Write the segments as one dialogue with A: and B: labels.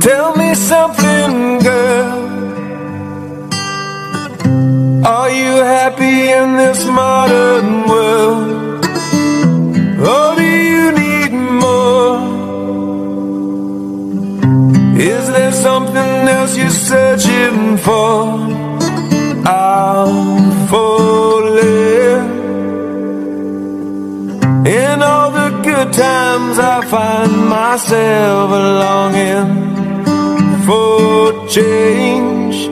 A: Tell me something, girl. Are you happy in this modern world? Or Oh, do you need more? Is there something else you're searching for? I'm falling. In all the good times, I find myself longing for change.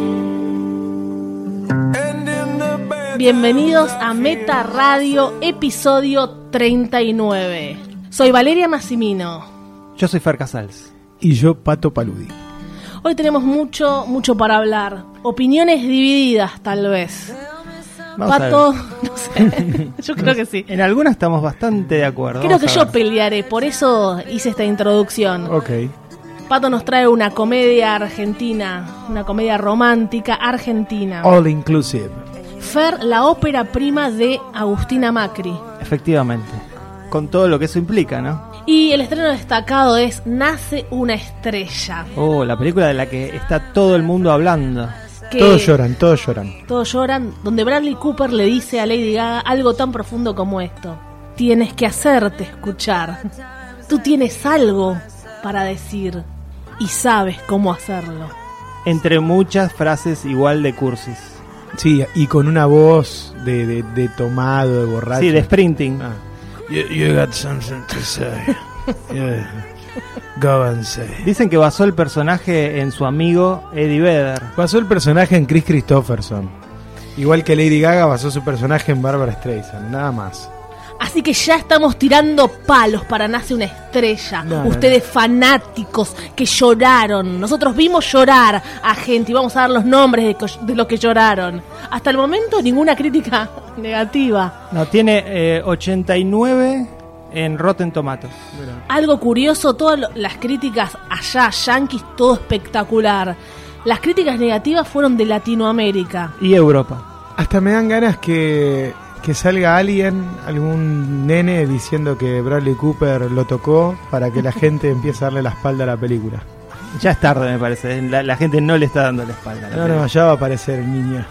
A: And in the bad
B: Bienvenidos a Meta Radio, episodio 39. Soy Valeria Massimino.
C: Yo soy Fer Casals.
D: Y yo, Pato Paludi.
B: Hoy tenemos mucho, mucho para hablar. Opiniones divididas, tal vez.
C: Vamos a ver.
B: Pato, no sé. Yo creo que sí.
C: En algunas estamos bastante de acuerdo.
B: Creo que
C: Vamos a
B: yo
C: ver.
B: pelearé, por eso hice esta introducción.
D: Ok.
B: Pato nos trae una comedia argentina, una comedia romántica argentina.
D: All inclusive.
B: Fer, la ópera prima de Agustina Macri.
C: Efectivamente. Con todo lo que eso implica, ¿no?
B: Y el estreno destacado es Nace una estrella.
C: Oh, la película de la que está todo el mundo hablando.
B: que-
D: Todos lloran, todos lloran.
B: Todos lloran, donde Bradley Cooper le dice a Lady Gaga algo tan profundo como esto. Tienes que hacerte escuchar. Tú tienes algo para decir y sabes cómo hacerlo.
C: Entre muchas frases igual de cursis.
D: Sí, y con una voz de, de- de tomado, de borracho.
C: Sí, de sprinting.
D: Ah.
E: You, you got something to say. yeah. Go and say.
C: Dicen que basó el personaje en su amigo Eddie Vedder.
D: Basó el personaje en Chris Christopherson. Igual que Lady Gaga basó su personaje en Barbara Streisand, nada más.
B: Así que ya estamos tirando palos para Nace una estrella.
D: No, no,
B: Ustedes fanáticos que lloraron. Nosotros vimos llorar a gente y vamos a dar los nombres de, co- de los que lloraron. Hasta el momento ninguna crítica negativa.
C: No, tiene eh, 89 en Rotten Tomatoes.
B: Algo curioso, todas lo- las críticas allá, yanquis, todo espectacular. Las críticas negativas fueron de Latinoamérica.
C: Y Europa.
D: Hasta me dan ganas que, que salga alguien, algún nene, diciendo que Bradley Cooper lo tocó para que la gente empiece a darle la espalda a la película.
C: Ya es tarde, me parece. La, la gente no le está dando la espalda. a la
D: No, no,
C: película.
D: allá va a aparecer niña.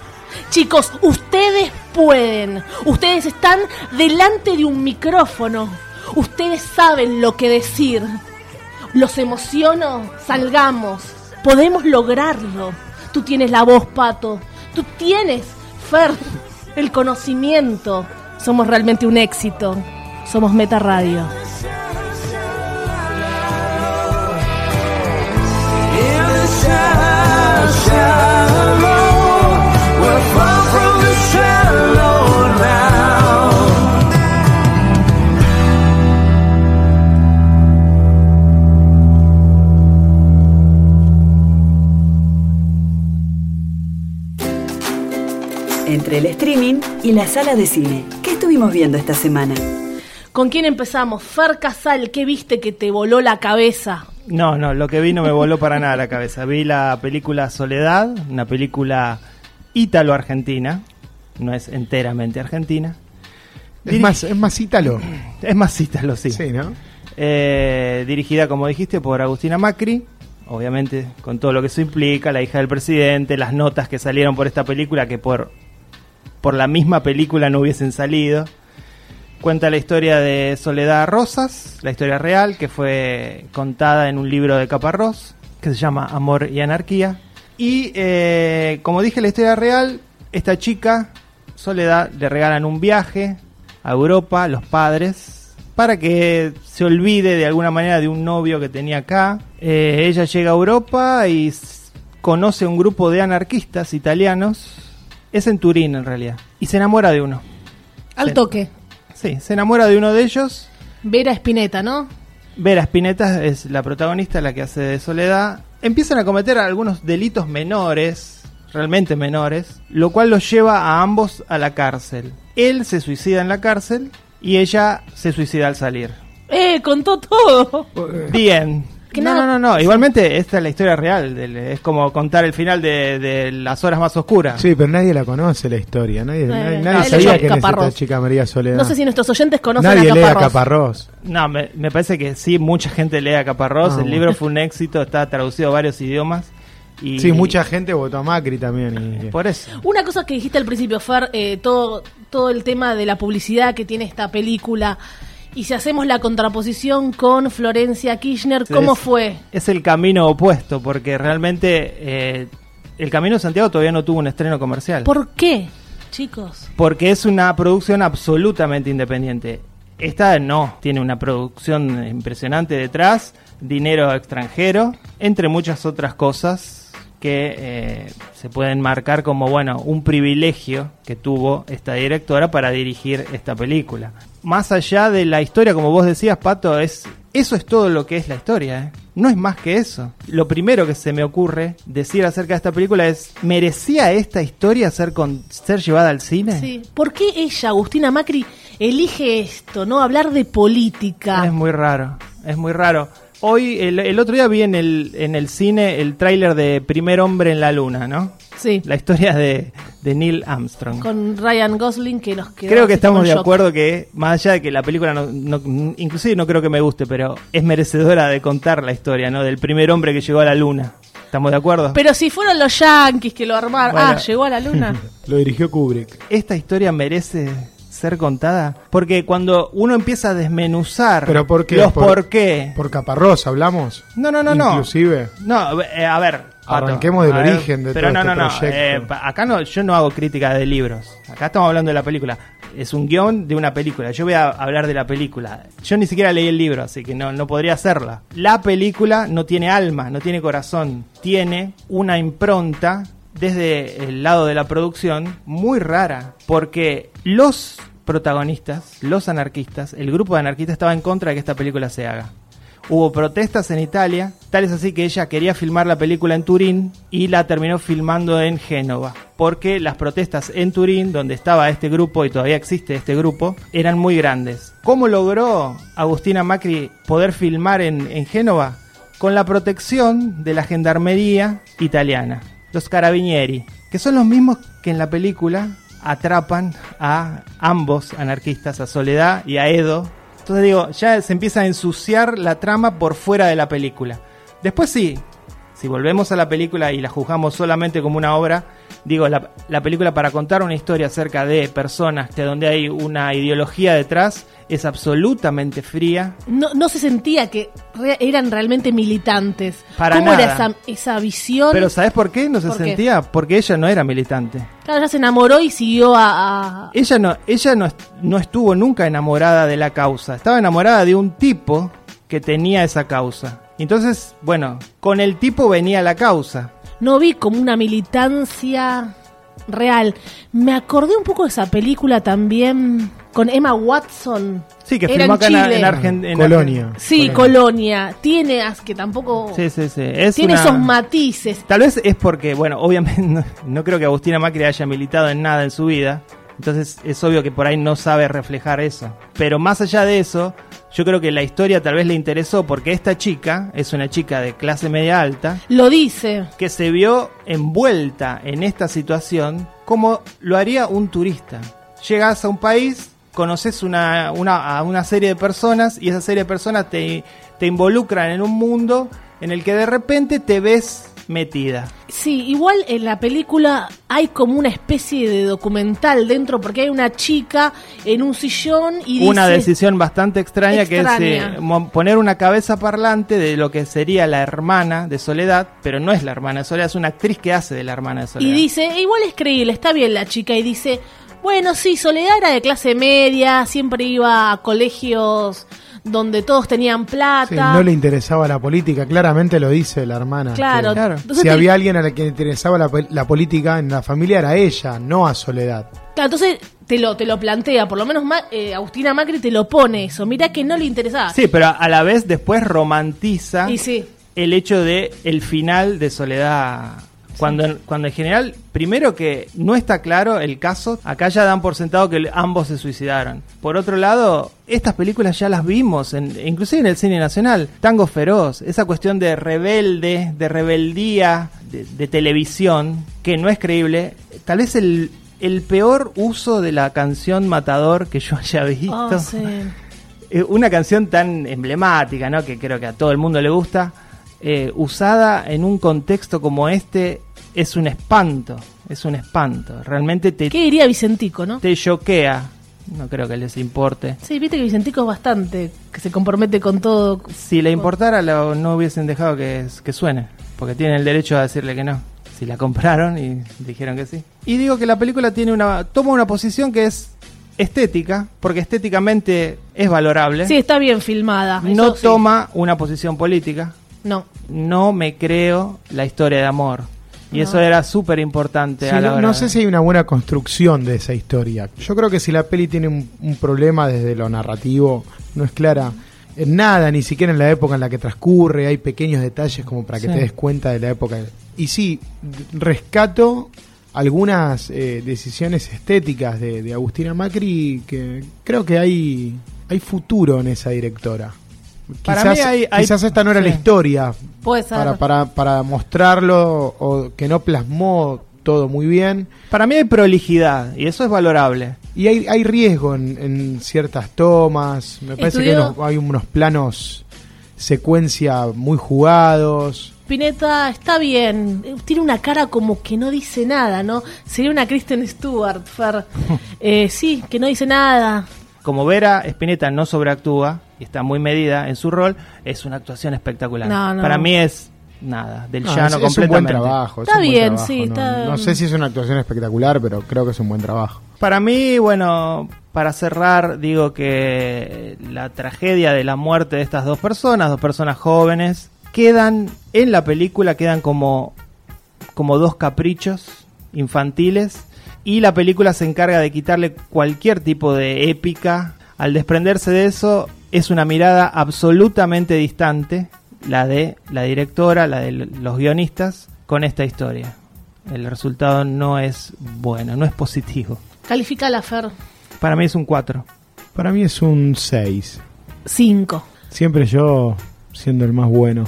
B: Chicos, ustedes pueden. Ustedes están delante de un micrófono. Ustedes saben lo que decir. Los emociono, salgamos. Podemos lograrlo. Tú tienes la voz, Pato. Tú tienes, Fer, el conocimiento. Somos realmente un éxito. Somos Meta Radio.
A: In the shallow, shallow, we're far from the shallow now.
F: Entre el streaming y la sala de cine. ¿Qué estuvimos viendo esta semana?
B: ¿Con quién empezamos? Fer Casal, ¿qué viste que te voló la cabeza?
C: No, no, lo que vi no me voló para nada la cabeza. Vi la película Soledad, una película ítalo-argentina, no es enteramente argentina.
D: Es más, es más ítalo.
C: Es más ítalo, sí.
D: Sí, ¿no?
C: Eh, dirigida, como dijiste, por Agustina Macri, obviamente con todo lo que eso implica, la hija del presidente, las notas que salieron por esta película que por, por la misma película no hubiesen salido. Cuenta la historia de Soledad Rosas, la historia real, que fue contada en un libro de Caparrós, que se llama Amor y Anarquía. Y eh, como dije, la historia real, esta chica, Soledad, le regalan un viaje a Europa, los padres, para que se olvide de alguna manera de un novio que tenía acá. Eh, ella llega a Europa y s- conoce un grupo de anarquistas italianos. Es en Turín, en realidad. Y se enamora de uno.
B: Al
C: Sí.
B: toque.
C: Sí, se enamora de uno de ellos.
B: Vera Espineta, ¿no?
C: Vera Spinetta es la protagonista, la que hace de Soledad. Empiezan a cometer algunos delitos menores, realmente menores, lo cual los lleva a ambos a la cárcel. Él se suicida en la cárcel y ella se suicida al salir.
B: ¡Eh! Contó todo.
C: Bien.
B: Que
C: No, no,
B: nada-
C: no, no. Igualmente, esta es la historia real. del- es como contar el final de, de Las Horas Más Oscuras.
D: Sí, pero nadie la conoce la historia. Nadie,
B: Nadie-
D: nadie, nadie
B: nadie
D: sabía
B: leyó
D: que
B: Caparrós.
D: necesita chica María Soledad.
B: No sé si nuestros oyentes conocen
D: nadie
B: a
D: lee a
B: Caparrós.
D: Caparrós.
C: No, me, me parece que sí, mucha gente lee a Caparrós.
D: Ah,
C: el
D: bueno.
C: libro fue un éxito, está traducido a varios idiomas. Y
D: Sí, mucha gente votó a Macri también. y-
C: Por eso.
B: Una cosa que dijiste al principio, Fer, eh, todo, todo el tema de la publicidad que tiene esta película. Y si hacemos la contraposición con Florencia Kirchner, ¿cómo
C: Es-
B: fue?
C: Es el camino opuesto, porque realmente eh, el Camino de Santiago todavía no tuvo un estreno comercial.
B: ¿Por qué, chicos?
C: Porque es una producción absolutamente independiente. Esta no, tiene una producción impresionante detrás, dinero extranjero, entre muchas otras cosas que eh, se pueden marcar como, bueno, un privilegio que tuvo esta directora para dirigir esta película. Más allá de la historia, como vos decías, Pato, es eso es todo lo que es la historia, ¿eh? No es más que eso. Lo primero que se me ocurre decir acerca de esta película es, ¿merecía esta historia ser, con, ser llevada al cine?
B: Sí. ¿Por qué ella, Agustina Macri, elige esto, no hablar de política?
C: Es muy raro, es muy raro. Hoy, el, el otro día vi en el, en el cine el tráiler de Primer Hombre en la Luna, ¿no?
B: Sí,
C: La historia de, de Neil Armstrong.
B: con Ryan Gosling que nos quedó
C: creo que
B: así
C: estamos
B: con
C: de
B: shock.
C: acuerdo que, más allá de que la película, no, no- inclusive no creo que me guste, pero es merecedora de contar la historia, ¿no? Del primer hombre que llegó a la Luna. ¿Estamos de acuerdo?
B: Pero si fueron los yanquis que lo armaron. Ah,
C: Bueno.
B: llegó a la luna.
D: Lo dirigió Kubrick.
C: ¿Esta historia merece ser contada? Porque cuando uno empieza a desmenuzar
D: ¿Pero por qué?
C: los
D: Por-
C: por, qué...
D: Por Caparrós hablamos.
C: No, no, no, no.
D: Inclusive.
C: No, eh, a ver. Pato,
D: Arranquemos del
C: a ver,
D: origen de
C: Pero
D: todo
C: no, no,
D: este
C: no.
D: proyecto.
C: eh, pa- acá no, yo no hago crítica de libros. Acá estamos hablando de la película. Es un guión de una película. Yo voy a hablar de la película. Yo ni siquiera leí el libro, así que no, no podría hacerla. La película no tiene alma, no tiene corazón. Tiene una impronta desde el lado de la producción muy rara. Porque los protagonistas, los anarquistas, el grupo de anarquistas estaba en contra de que esta película se haga. Hubo protestas en Italia, tal es así que ella quería filmar la película en Turín y la terminó filmando en Génova, porque las protestas en Turín, donde estaba este grupo y todavía existe este grupo, eran muy grandes. ¿Cómo logró Agustina Macri poder filmar en, en Génova? Con la protección de la gendarmería italiana, los carabinieri, que son los mismos que en la película atrapan a ambos anarquistas, a Soledad y a Edo, entonces digo, ya se empieza a ensuciar la trama por fuera de la película. Después sí, si volvemos a la película y la juzgamos solamente como una obra, digo, la, la película para contar una historia acerca de personas de donde hay una ideología detrás es absolutamente fría.
B: No, no se sentía que re- eran realmente militantes.
C: Para
B: ¿Cómo era esa,
C: nada.
B: esa visión?
C: Pero ¿sabes por qué no se
B: ¿Por qué?
C: sentía? Porque ella no era militante.
B: Claro, ella se enamoró y siguió a. a-
C: Ella no, ella no, est- no estuvo nunca enamorada de la causa. Estaba enamorada de un tipo que tenía esa causa. Entonces, bueno, con el tipo venía la causa.
B: No vi como una militancia real. Me acordé un poco de esa película también con Emma Watson.
C: Sí, que
B: Era
C: filmó
B: en
C: acá en,
B: Chile.
C: Argentina.
D: Colonia.
B: Sí, Colonia. Tiene, as- que tampoco.
C: Sí, sí, sí. Es
B: tiene
C: una-
B: esos matices.
C: Tal vez es porque, bueno, obviamente no, no creo que Agustina Macri haya militado en nada en su vida. Entonces es obvio que por ahí no sabe reflejar eso. Pero más allá de eso, yo creo que la historia tal vez le interesó porque esta chica es una chica de clase media alta
B: Lo dice.
C: que se vio envuelta en esta situación como lo haría un turista. Llegas a un país, conoces una, una- a una serie de personas y esa serie de personas te, te involucran en un mundo en el que de repente te ves metida.
B: Sí, igual en la película hay como una especie de documental dentro porque hay una chica en un sillón y
C: Una
B: dice,
C: decisión bastante extraña, que es
B: Extraña.
C: eh, mo- poner una cabeza parlante de lo que sería la hermana de Soledad, pero no es la hermana de Soledad, es una actriz que hace de la hermana de Soledad.
B: Y dice, "Eh, igual es creíble, está bien la chica. Y dice, bueno, sí, Soledad era de clase media, siempre iba a colegios donde todos tenían plata.
D: Sí, no le interesaba la política, claramente lo dice la hermana.
B: Claro.
D: que
C: Claro.
B: Entonces
D: si
B: te-
D: había alguien a la que le interesaba la, pol- la política en la familia era ella, no a Soledad.
B: Claro, entonces te lo, te lo plantea, por lo menos Ma- eh, Agustina Macri te lo pone eso. Mirá que no le interesaba.
C: Sí, pero a la vez después romantiza
B: Y sí.
C: el hecho de el final de Soledad. Cuando, en- cuando en general, primero que no está claro el caso, acá ya dan por sentado que ambos se suicidaron. Por otro lado, estas películas ya las vimos, en, inclusive en el cine nacional. Tango Feroz, esa cuestión de rebelde, de rebeldía, de, de televisión, que no es creíble. Tal vez el, el peor uso de la canción Matador que yo haya visto.
B: Ah, sí.
C: Eh, una canción tan emblemática, ¿no? Que creo que a todo el mundo le gusta, eh, usada en un contexto como este, es un espanto, es un espanto. Realmente te,
B: ¿Qué diría Vicentico, no?
C: te choquea, no creo que les importe.
B: Sí, viste que Vicentico es bastante, que se compromete con todo.
C: Si le importara, lo- no hubiesen dejado que, que suene, porque tienen el derecho a decirle que no. Si la compraron y dijeron que sí. Y digo que la película tiene una toma una posición que es estética, porque estéticamente es valorable.
B: Sí, está bien filmada.
C: ¿Eh? no
B: eso sí.
C: toma una posición política.
B: No.
C: no me creo la historia de amor. Y eso era súper importante
D: Sí,
C: a la
D: no,
C: hora
D: no
C: de-
D: sé si hay una buena construcción de esa historia. Yo creo que si la peli tiene un, un problema desde lo narrativo, no es clara en nada, ni siquiera en la época en la que transcurre, hay pequeños detalles como para que
C: Sí.
D: te des cuenta de la época. Y sí, d- rescato algunas eh, decisiones estéticas de, de Agustina Macri que creo que hay, hay futuro en esa directora.
C: Para
D: quizás,
C: mí hay- hay-
D: quizás esta no era la
C: sí.
D: historia
B: Puede ser.
D: para, para, para mostrarlo o que no plasmó todo muy bien.
C: Para mí hay prolijidad y eso es valorable.
D: Y hay, hay riesgo en, en ciertas tomas. Me parece que
B: Estudió-
D: hay unos, hay unos planos secuencia muy jugados.
B: Pineta está bien, Eh, tiene una cara como que no dice nada, ¿no? Sería una Kristen Stewart, Fer. Eh, sí, que no dice nada.
C: Como Vera Spinetta no sobreactúa y está muy medida en su rol, es una actuación espectacular.
B: No, no.
C: Para mí es nada, del
D: No,
C: llano
D: Ah, es, es un buen
C: completamente.
D: trabajo. es
B: Está
D: un buen
B: bien,
D: trabajo,
B: sí,
D: No,
B: está-
D: no sé si es una actuación espectacular, pero creo que es un buen trabajo.
C: Para mí, bueno, para cerrar, digo que la tragedia de la muerte de estas dos personas, dos personas jóvenes, quedan en la película, quedan como, como dos caprichos infantiles y la película se encarga de quitarle cualquier tipo de épica. Al desprenderse de eso, es una mirada absolutamente distante, la de la directora, la de los guionistas, con esta historia. El resultado no es bueno, no es positivo.
B: Califica la Fer
C: Para mí es un 4.
D: Para mí es un 6.
B: 5.
D: Siempre yo siendo el más bueno.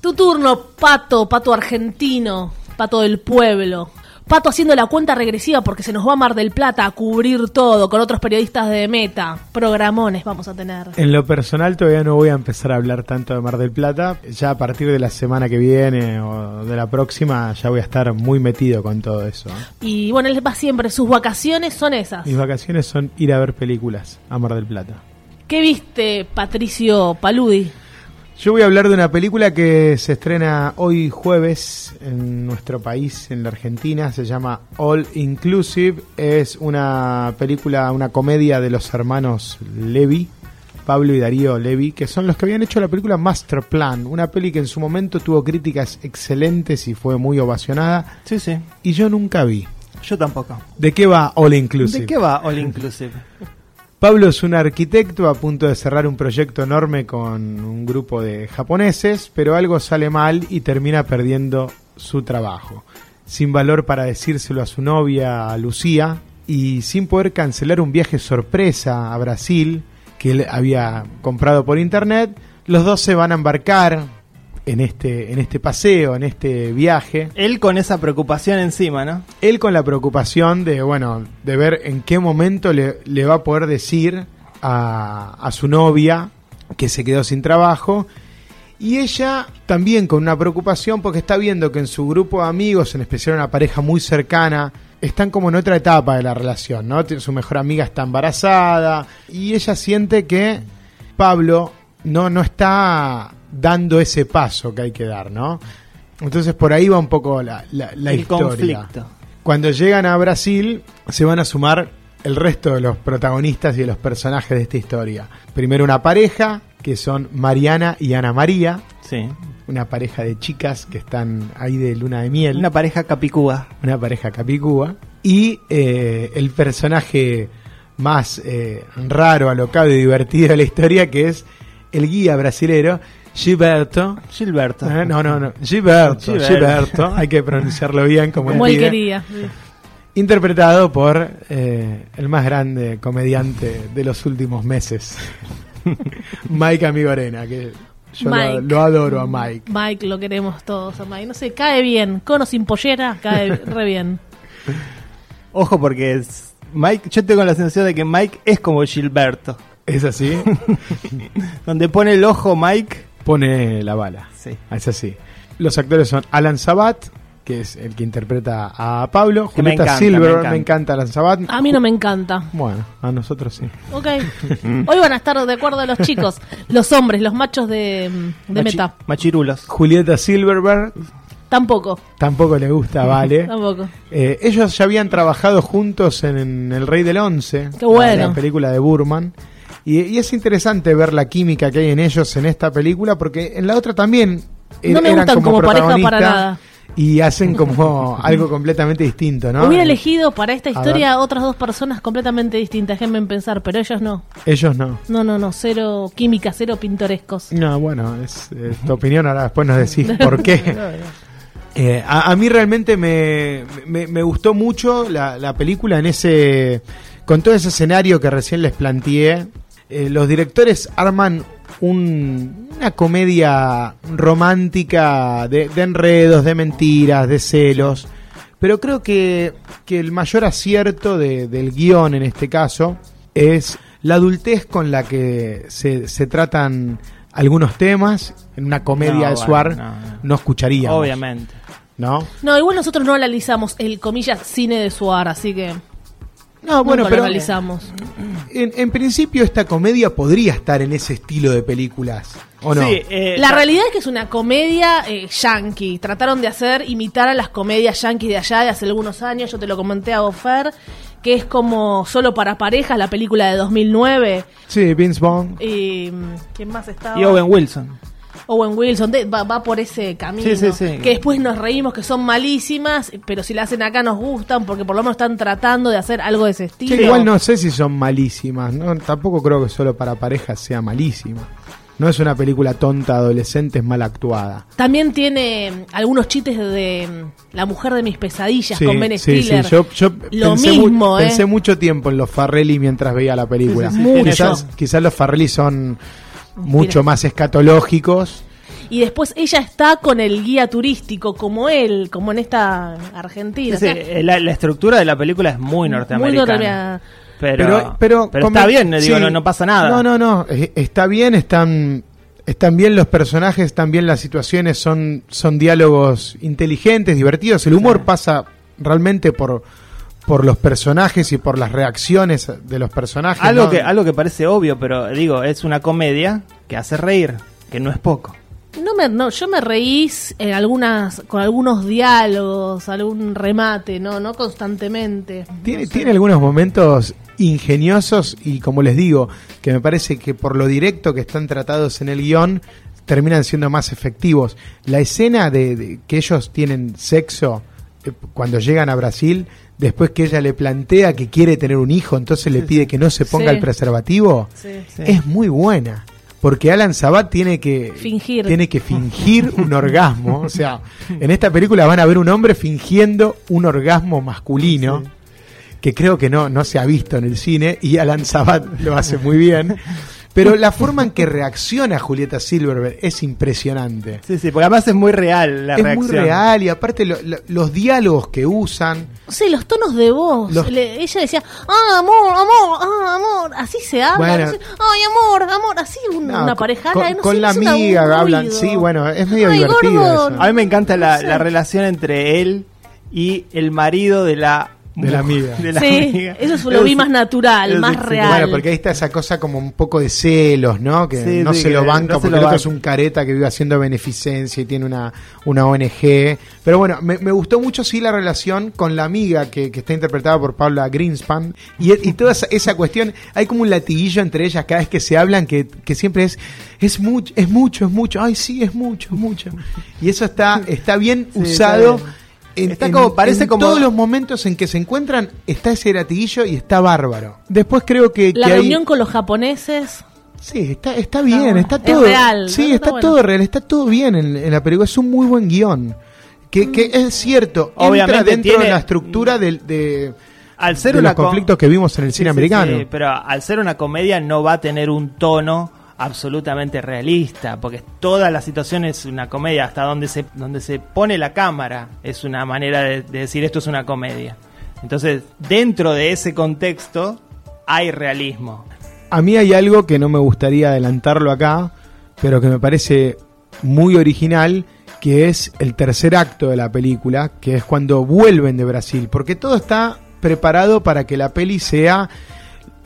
B: Tu turno, pato, pato argentino, pato del pueblo. Pato haciendo la cuenta regresiva porque se nos va a Mar del Plata a cubrir todo con otros periodistas de meta. Programones vamos a tener.
D: En lo personal todavía no voy a empezar a hablar tanto de Mar del Plata. Ya a partir de la semana que viene o de la próxima ya voy a estar muy metido con todo eso. ¿eh?
B: Y bueno, él va siempre, sus vacaciones son esas.
D: Mis vacaciones son ir a ver películas a Mar del Plata.
B: ¿Qué viste, Patricio Paludi?
D: Yo voy a hablar de una película que se estrena hoy jueves en nuestro país, en la Argentina. Se llama All Inclusive. Es una película, una comedia de los hermanos Levy, Pablo y Darío Levy, que son los que habían hecho la película Master Plan. Una peli que en su momento tuvo críticas excelentes y fue muy ovacionada.
C: Sí, sí.
D: Y yo nunca vi.
C: Yo tampoco.
D: ¿De qué va All Inclusive?
C: ¿De qué va All Inclusive?
D: Pablo es un arquitecto a punto de cerrar un proyecto enorme con un grupo de japoneses, pero algo sale mal y termina perdiendo su trabajo. Sin valor para decírselo a su novia, a Lucía, y sin poder cancelar un viaje sorpresa a Brasil que él había comprado por internet, los dos se van a embarcar en este, en este paseo, en este viaje.
C: Él con esa preocupación encima, ¿no?
D: Él con la preocupación de, bueno, de ver en qué momento le, le va a poder decir a, a su novia que se quedó sin trabajo. Y ella también con una preocupación porque está viendo que en su grupo de amigos, en especial una pareja muy cercana, están como en otra etapa de la relación, ¿no? Tien- Su mejor amiga está embarazada y ella siente que Pablo no, no está dando ese paso que hay que dar, ¿no? Entonces por ahí va un poco la, la, la
C: El
D: historia.
C: conflicto.
D: Cuando llegan a Brasil, se van a sumar el resto de los protagonistas y de los personajes de esta historia. Primero una pareja, que son Mariana y Ana María,
C: Sí.
D: una pareja de chicas que están ahí de luna de miel,
C: Una
D: una,
C: pareja capicúa.
D: pareja capicúa. Y eh, el personaje más eh, raro, alocado y divertido de la historia, que es el guía brasilero Gilberto.
C: Gilberto.
D: Eh, no, no, no. Gilberto,
C: Gilberto.
D: Gilberto. Hay que pronunciarlo bien como,
B: Como
D: él
B: él
D: pide.
B: quería.
D: Interpretado por eh, el más grande comediante de los últimos meses, Mike Amigorena, que yo lo,
B: Mike.
D: lo adoro a Mike.
B: Mike, lo queremos todos a Mike. No sé, cae bien. Con o sin pollera, cae re bien.
C: Ojo porque es Mike, yo tengo la sensación de que Mike es como Gilberto.
D: ¿Es así?
C: Donde pone el ojo Mike.
D: Pone la bala.
C: Sí.
D: Es así. Los actores son Alan Sabat, que es el que interpreta a Pablo,
C: Que me
D: Julieta
C: encanta,
D: Silver,
C: me
D: me encanta.
C: encanta.
D: Alan Sabat.
B: A mí no me encanta.
D: Bueno, a nosotros sí.
B: Ok. Hoy van a estar de acuerdo los chicos, los hombres, los machos de, de
C: Machi-
B: meta.
C: Machirulos.
D: Julieta Silverberg
B: Tampoco.
D: tampoco le gusta, vale.
B: Tampoco.
D: Eh, ellos ya habían trabajado juntos en, en El Rey del Once,
B: Qué bueno.
D: la, la película de Burman. Y, y es interesante ver la química que hay en ellos en esta película, porque en la otra también er-
B: No me
D: eran
B: gustan
D: como,
B: como pareja para
D: protagonistas
B: nada.
D: y hacen como algo completamente distinto, ¿no? eh.
B: Hubiera elegido para esta
D: ver.
B: historia otras dos personas completamente distintas, déjenme pensar, pero ellos no.
D: Ellos no.
B: No, no, no, cero química, cero pintorescos.
D: No, bueno, es eh, tu opinión, ahora después nos decís por qué. Eh, a, a mí realmente me, me- me gustó mucho la, la película en ese con todo ese escenario que recién les planteé. Eh, los directores arman un- una comedia romántica de, de enredos, de mentiras, de celos. Pero creo que, que el mayor acierto de- del guión en este caso es la adultez con la que se, se tratan algunos temas. En una comedia
C: No,
D: de
C: bueno,
D: Suar
C: no, no.
D: no escucharíamos.
C: Obviamente.
D: ¿No?
B: No, igual nosotros no analizamos el comillas cine de Suar, así que
D: No, Ah,
B: nunca
D: bueno,
B: lo
D: pero en,
B: analizamos.
D: en principio esta comedia podría estar en ese estilo de películas, ¿o no?
C: Sí, eh,
B: La realidad es que es una comedia eh, yankee. Trataron de hacer, imitar a las comedias yankees de allá de hace algunos años. Yo te lo comenté a Ofer, que es como solo para parejas, la película de 2009.
D: Sí, Vince Vaughn.
B: Y, mm, ¿Quién más estaba?
C: Y Owen Wilson.
B: Owen Wilson de- va, va por ese camino.
C: Sí, sí, sí.
B: Que después nos reímos que son malísimas, pero si la hacen acá nos gustan porque por lo menos están tratando de hacer algo de ese estilo.
D: Sí, igual no sé si son malísimas, ¿no? Tampoco creo que solo para parejas sea malísima. No es una película tonta, adolescente, es mal actuada.
B: También tiene mm, algunos chistes de mm, La mujer de mis pesadillas con Ben
D: sí,
B: Stiller.
D: sí, Yo, yo
B: Lo
D: pensé, mu-
B: mismo, ¿eh?
D: pensé mucho tiempo en los Farrelly mientras veía la película.
B: Sí, sí, sí, tiene
D: Quizás,
C: razón.
D: quizás los Farrelly son mucho más escatológicos.
B: Y después ella está con el guía turístico, como él, como en esta Argentina.
C: Sí,
B: o sea,
C: eh, la, la estructura de la película es muy norteamericana.
B: norteamericana.
C: Pero, pero, está
D: conven-
C: bien, eh, digo,
D: sí.
C: no, no pasa nada.
D: No, no, no. eh, Está bien, están, están bien los personajes, están bien las situaciones, son, son diálogos inteligentes, divertidos. El humor pasa realmente por, por los personajes y por las reacciones de los personajes.
C: Algo,
D: ¿no?
C: que, algo que parece obvio, pero digo, es una comedia que hace reír, que no es poco.
B: No me, no, yo me reí en algunas, con algunos diálogos, algún remate, no, no constantemente.
D: Tiene, tiene algunos momentos ingeniosos y como les digo, que me parece que por lo directo que están tratados en el guión, terminan siendo más efectivos. La escena de, de que ellos tienen sexo eh, cuando llegan a Brasil, después que ella le plantea que quiere tener un hijo, entonces le pide que no se ponga
B: Sí.
D: el preservativo,
B: Sí.
C: Sí.
D: es muy buena. Porque Alan Sabat tiene que
B: Fingir.
D: tiene que fingir un orgasmo. O sea, en esta película van a ver un hombre fingiendo un orgasmo masculino, que creo que no, no se ha visto en el cine, y Alan Sabat lo hace muy bien. Pero la forma en que reacciona Julieta Silverberg es impresionante.
C: Sí, sí, porque además es muy real la
D: es
C: reacción.
D: muy real y aparte lo- lo- los diálogos que usan.
B: Sí, los tonos de voz.
D: Los-
B: Le- ella decía, ah, amor, amor, ah, amor. Así se habla.
D: Bueno.
B: así, Ay, amor, amor. Así un-
D: No,
B: una
D: con-
B: pareja.
D: con,
B: ay, no
D: con
B: sé,
D: la
B: es un
D: amiga
B: aburrido.
D: hablan. Sí, bueno, es medio
B: Ay,
D: divertido.
B: gordo,
D: eso.
C: A mí me encanta la,
B: No sé.
C: la relación entre él y el marido de la,
D: De la amiga.
C: de la
B: Sí,
C: amiga.
B: eso es- lo vi más natural,
C: es
B: más
C: excelente.
B: real.
D: Bueno, porque ahí está esa cosa como un poco de celos, ¿no? Que
C: Sí,
D: no
C: sí,
D: se lo
C: que no se
D: banca porque
C: lo
D: el otro
C: banca.
D: es un careta que vive haciendo beneficencia y tiene una, una ONG. Pero bueno, me, me gustó mucho sí la relación con la amiga que, que está interpretada por Paula Greenspan. Y, y toda esa, esa cuestión, hay como un latiguillo entre ellas cada vez que se hablan que, que siempre es, es mucho, es mucho, es mucho. Ay, sí, es mucho, es mucho. Y eso está, está bien
C: Sí, está
D: usado.
C: bien.
D: en-
C: Está
D: en-
C: como- parece
D: en
C: como-
D: todos los momentos en que se encuentran está ese latiguillo y está bárbaro. Después creo que,
B: La
D: que hay-
B: reunión con los japoneses.
D: Sí, está, está bien,
B: bueno.
D: está
B: Es
D: todo.
B: real,
D: Sí,
B: ¿no?
D: está,
B: Está bueno.
D: todo real, está todo bien en, en la película. Es un muy buen guión. Que, que es cierto,
C: Obviamente
D: entra dentro
C: tiene-
D: de la estructura del- de,
C: Al
D: de
C: ser
D: los
C: una co-
D: conflictos que vimos en el
C: Sí,
D: cine
C: sí,
D: americano.
C: sí, pero al ser una comedia no va a tener un tono absolutamente realista, porque toda la situación es una comedia, hasta donde se, donde se pone la cámara es una manera de, de decir esto es una comedia. Entonces, dentro de ese contexto hay realismo.
D: A mí hay algo que no me gustaría adelantarlo acá, pero que me parece muy original, que es el tercer acto de la película, que es cuando vuelven de Brasil, porque todo está preparado para que la peli sea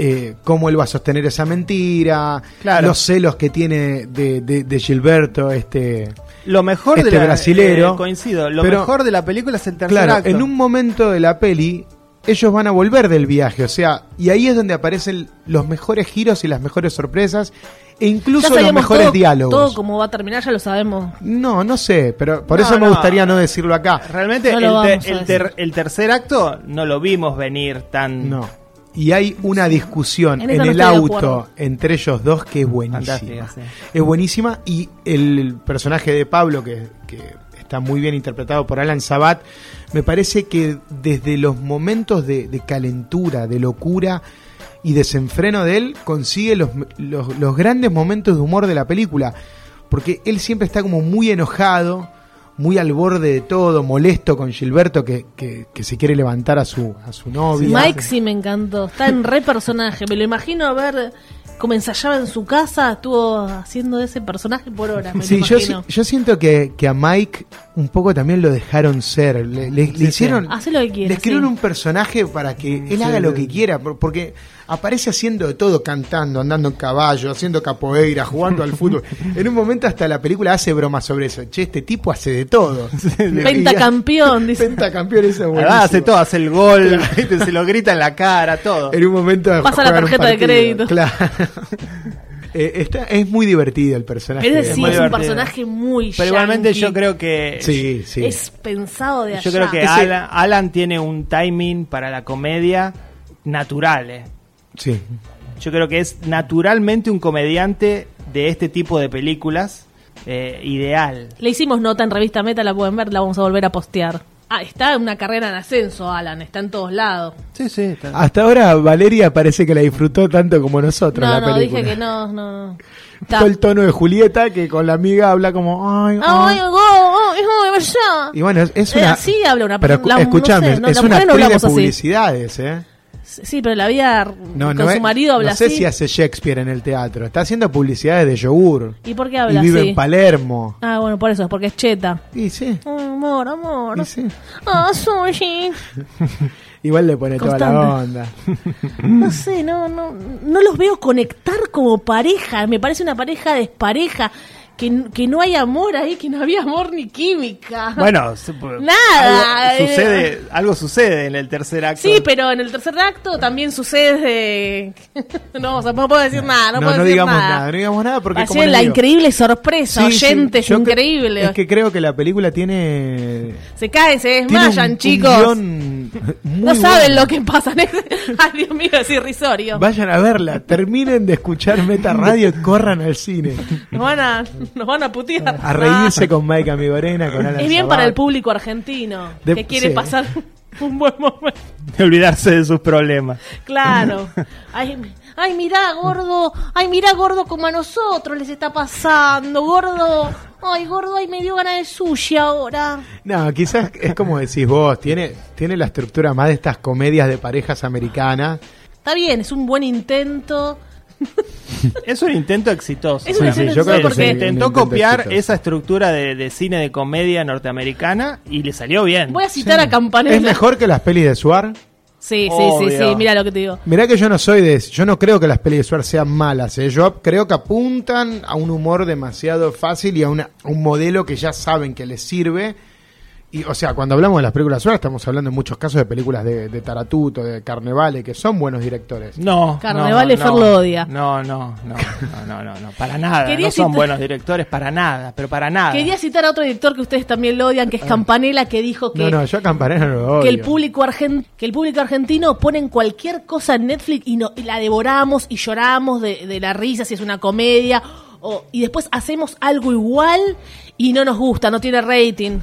D: eh, cómo él va a sostener esa mentira,
C: Claro.
D: los celos que tiene de, de- de Gilberto, este...
C: Lo mejor
D: Este
C: de la
D: brasilero.
C: eh, coincido, lo
D: Pero-
C: mejor de la película es el tercer
D: Claro,
C: acto.
D: en un momento de la peli ellos van a volver del viaje, o sea, y ahí es donde aparecen los mejores giros y las mejores sorpresas e incluso los
B: sabíamos
D: mejores
B: todo,
D: diálogos.
B: Todo cómo va a terminar ya lo sabemos.
D: No, no sé, pero por
C: No,
D: eso me
C: no.
D: gustaría no decirlo acá.
C: Realmente
B: No lo
C: el,
B: vamos
C: te-
B: a
C: el ter- el tercer acto no lo vimos venir tan
D: No. Y hay una discusión
B: Mm. En
D: en,
B: eso no
D: el
B: estoy de
D: auto
B: acuerdo.
D: entre ellos dos que es buenísima.
C: Fantástica, sí.
D: Es buenísima y el personaje de Pablo, que, que está muy bien interpretado por Alan Sabat, me parece que desde los momentos de, de calentura, de locura y desenfreno de él, consigue los, los- los grandes momentos de humor de la película. Porque él siempre está como muy enojado, muy al borde de todo, molesto con Gilberto que, que- que se quiere levantar a su, a su novia.
B: Mike sí me encantó. Está en re personaje. Me lo imagino a ver cómo ensayaba en su casa. Estuvo haciendo ese personaje por horas. Me
D: Sí,
B: lo
D: yo,
B: imagino.
D: si- yo siento que, que a Mike un poco también lo dejaron ser. Le, le- le
C: sí.
D: hicieron.
B: Hace lo que
D: Le
B: quiera.
D: escribieron
B: sí.
D: un personaje para que él haga lo que quiera, por- porque aparece haciendo de todo, cantando, andando en caballo, haciendo capoeira, jugando al fútbol. En un momento hasta la película hace bromas sobre eso. Che, este tipo hace de todo.
B: Pentacampeón,
D: Y-
B: dice.
D: Pentacampeón, eso es
C: Además, hace
D: buenísimo.
C: todo, hace el gol, ¿viste? se lo grita en la cara, todo.
D: En un momento
B: Pasa la
D: juegan un
B: tarjeta de
D: partido.
B: crédito.
D: Claro. Eh, está- es muy divertido el personaje.
B: Pero
C: Es
B: sí,
C: muy
B: es un
C: divertido.
B: personaje muy
C: Pero igualmente
B: yankee.
C: yo creo que
D: Sí, sí.
B: Es pensado de allá.
C: yo creo que
D: Ese-
C: Alan, Alan tiene un timing para la comedia natural. eh.
D: sí.
C: Yo creo que es naturalmente un comediante de este tipo de películas eh, ideal.
B: Le hicimos nota en revista Meta, la pueden ver, la vamos a volver a postear. Ah, está en una carrera en ascenso, Alan, está en todos lados.
C: Sí, sí.
D: Hasta ahora Valeria parece que la disfrutó tanto como nosotros
B: No,
D: la
B: no,
D: película.
B: dije que no, no, no. Está.
D: Todo el tono de Julieta que con la amiga habla como ay,
B: Ah,
D: ay".
B: oye, go, oh, es como de allá.
D: Y bueno, es- es
B: Eh,
D: una
B: así habla una-
D: Pero escu-
B: la- no
D: escúchame,
B: sé, no,
D: es
B: la mujer
D: una
B: no
D: actriz de
B: hablamos así.
D: publicidades, ¿eh?
B: Sí, pero la vida r-
D: No,
B: con
D: no
B: su
D: es-
B: marido habla
D: no sé
B: así.
D: si hace Shakespeare en el teatro. Está haciendo publicidades de yogur.
B: ¿Y por qué habla
D: Y vive
B: así?
D: en Palermo.
B: Ah, bueno, por eso, es porque es cheta.
D: Y sí,
B: Ay, amor, amor.
D: y sí.
B: Ah, sushi.
D: Igual le pone toda la
B: Constante.
D: onda. Mm.
B: No sé, no, no, no los veo conectar como pareja. Me parece una pareja despareja. Que, n- que no hay amor ahí, que no había amor ni química.
C: Bueno, se-
B: Nada,
C: Algo
B: eh.
C: sucede, algo sucede en el tercer acto.
B: Sí, pero en el tercer acto también sucede. no, o sea, no puedo decir nada, no,
D: no,
B: puedo decir
D: digamos nada.
B: nada.
D: no digamos nada porque
B: Así
D: como
B: es
D: les
B: la
D: digo,
B: increíble sorpresa,
D: sí, sí,
B: oyentes,
D: yo cre-
B: increíble.
D: Es que creo que la película tiene
B: Se caen, se
D: Tiene un-
B: desmayan,
D: un
B: chicos.
D: guión muy
B: no saben
D: bueno.
B: lo que pasa. Ay, Dios mío, es irrisorio.
D: Vayan a verla, terminen de escuchar Meta Radio y corran al cine.
B: Nos van a, nos van a putear.
D: A reírse con Mike Amigorena, con
B: Ah,
D: Alan
B: es bien
D: Sabat.
B: para el público argentino
D: De-
B: que quiere
D: sí.
B: pasar un buen momento.
C: De olvidarse de sus problemas.
B: Claro. Ay, mi- ay, mirá, gordo. Ay, mirá, gordo, como a nosotros les está pasando, gordo. Ay, gordo, ay, me dio ganas de sushi ahora.
D: No, quizás es como decís vos, tiene, tiene la estructura más de estas comedias de parejas americanas.
B: Está bien, es un buen intento.
C: Es un intento exitoso.
B: Es un
D: Sí, sí,
B: intento
D: yo creo
B: exitoso
D: que
B: porque-
C: Se
D: sí, un
C: intentó
D: intento
C: copiar
D: exitoso.
C: esa estructura de, de cine de comedia norteamericana y le salió bien.
B: Voy a citar a Campanella.
D: Es mejor que las pelis de Suar.
B: Sí, sí, sí,
C: Obvio.
B: sí, mira lo que te digo.
D: Mirá que yo no soy de. Yo no creo que las pelis de Suar sean malas. ¿eh? Yo creo que apuntan a un humor demasiado fácil y a, una- a un modelo que ya saben que les sirve. Y, o sea, cuando hablamos de las películas suelas, estamos hablando en muchos casos de películas de, de Taratuto, de Carnevale, que son buenos directores.
C: No.
B: Carnevale
C: no, no,
B: Fer
C: no.
B: lo odia.
C: No, no, no, no, no, no, no, para nada.
B: Quería
C: no son
B: citar-
C: buenos directores para nada, pero para
D: Ah.
C: nada.
B: Quería citar a otro director que ustedes también lo odian, que es Campanella, que dijo que,
D: No, no, yo a Campanella no lo
B: que el
D: odio.
B: público argen- que el público argentino pone en cualquier cosa en Netflix y, no, y la devoramos y lloramos de, de la risa si es una comedia o- y después hacemos algo igual y no nos gusta, no tiene rating.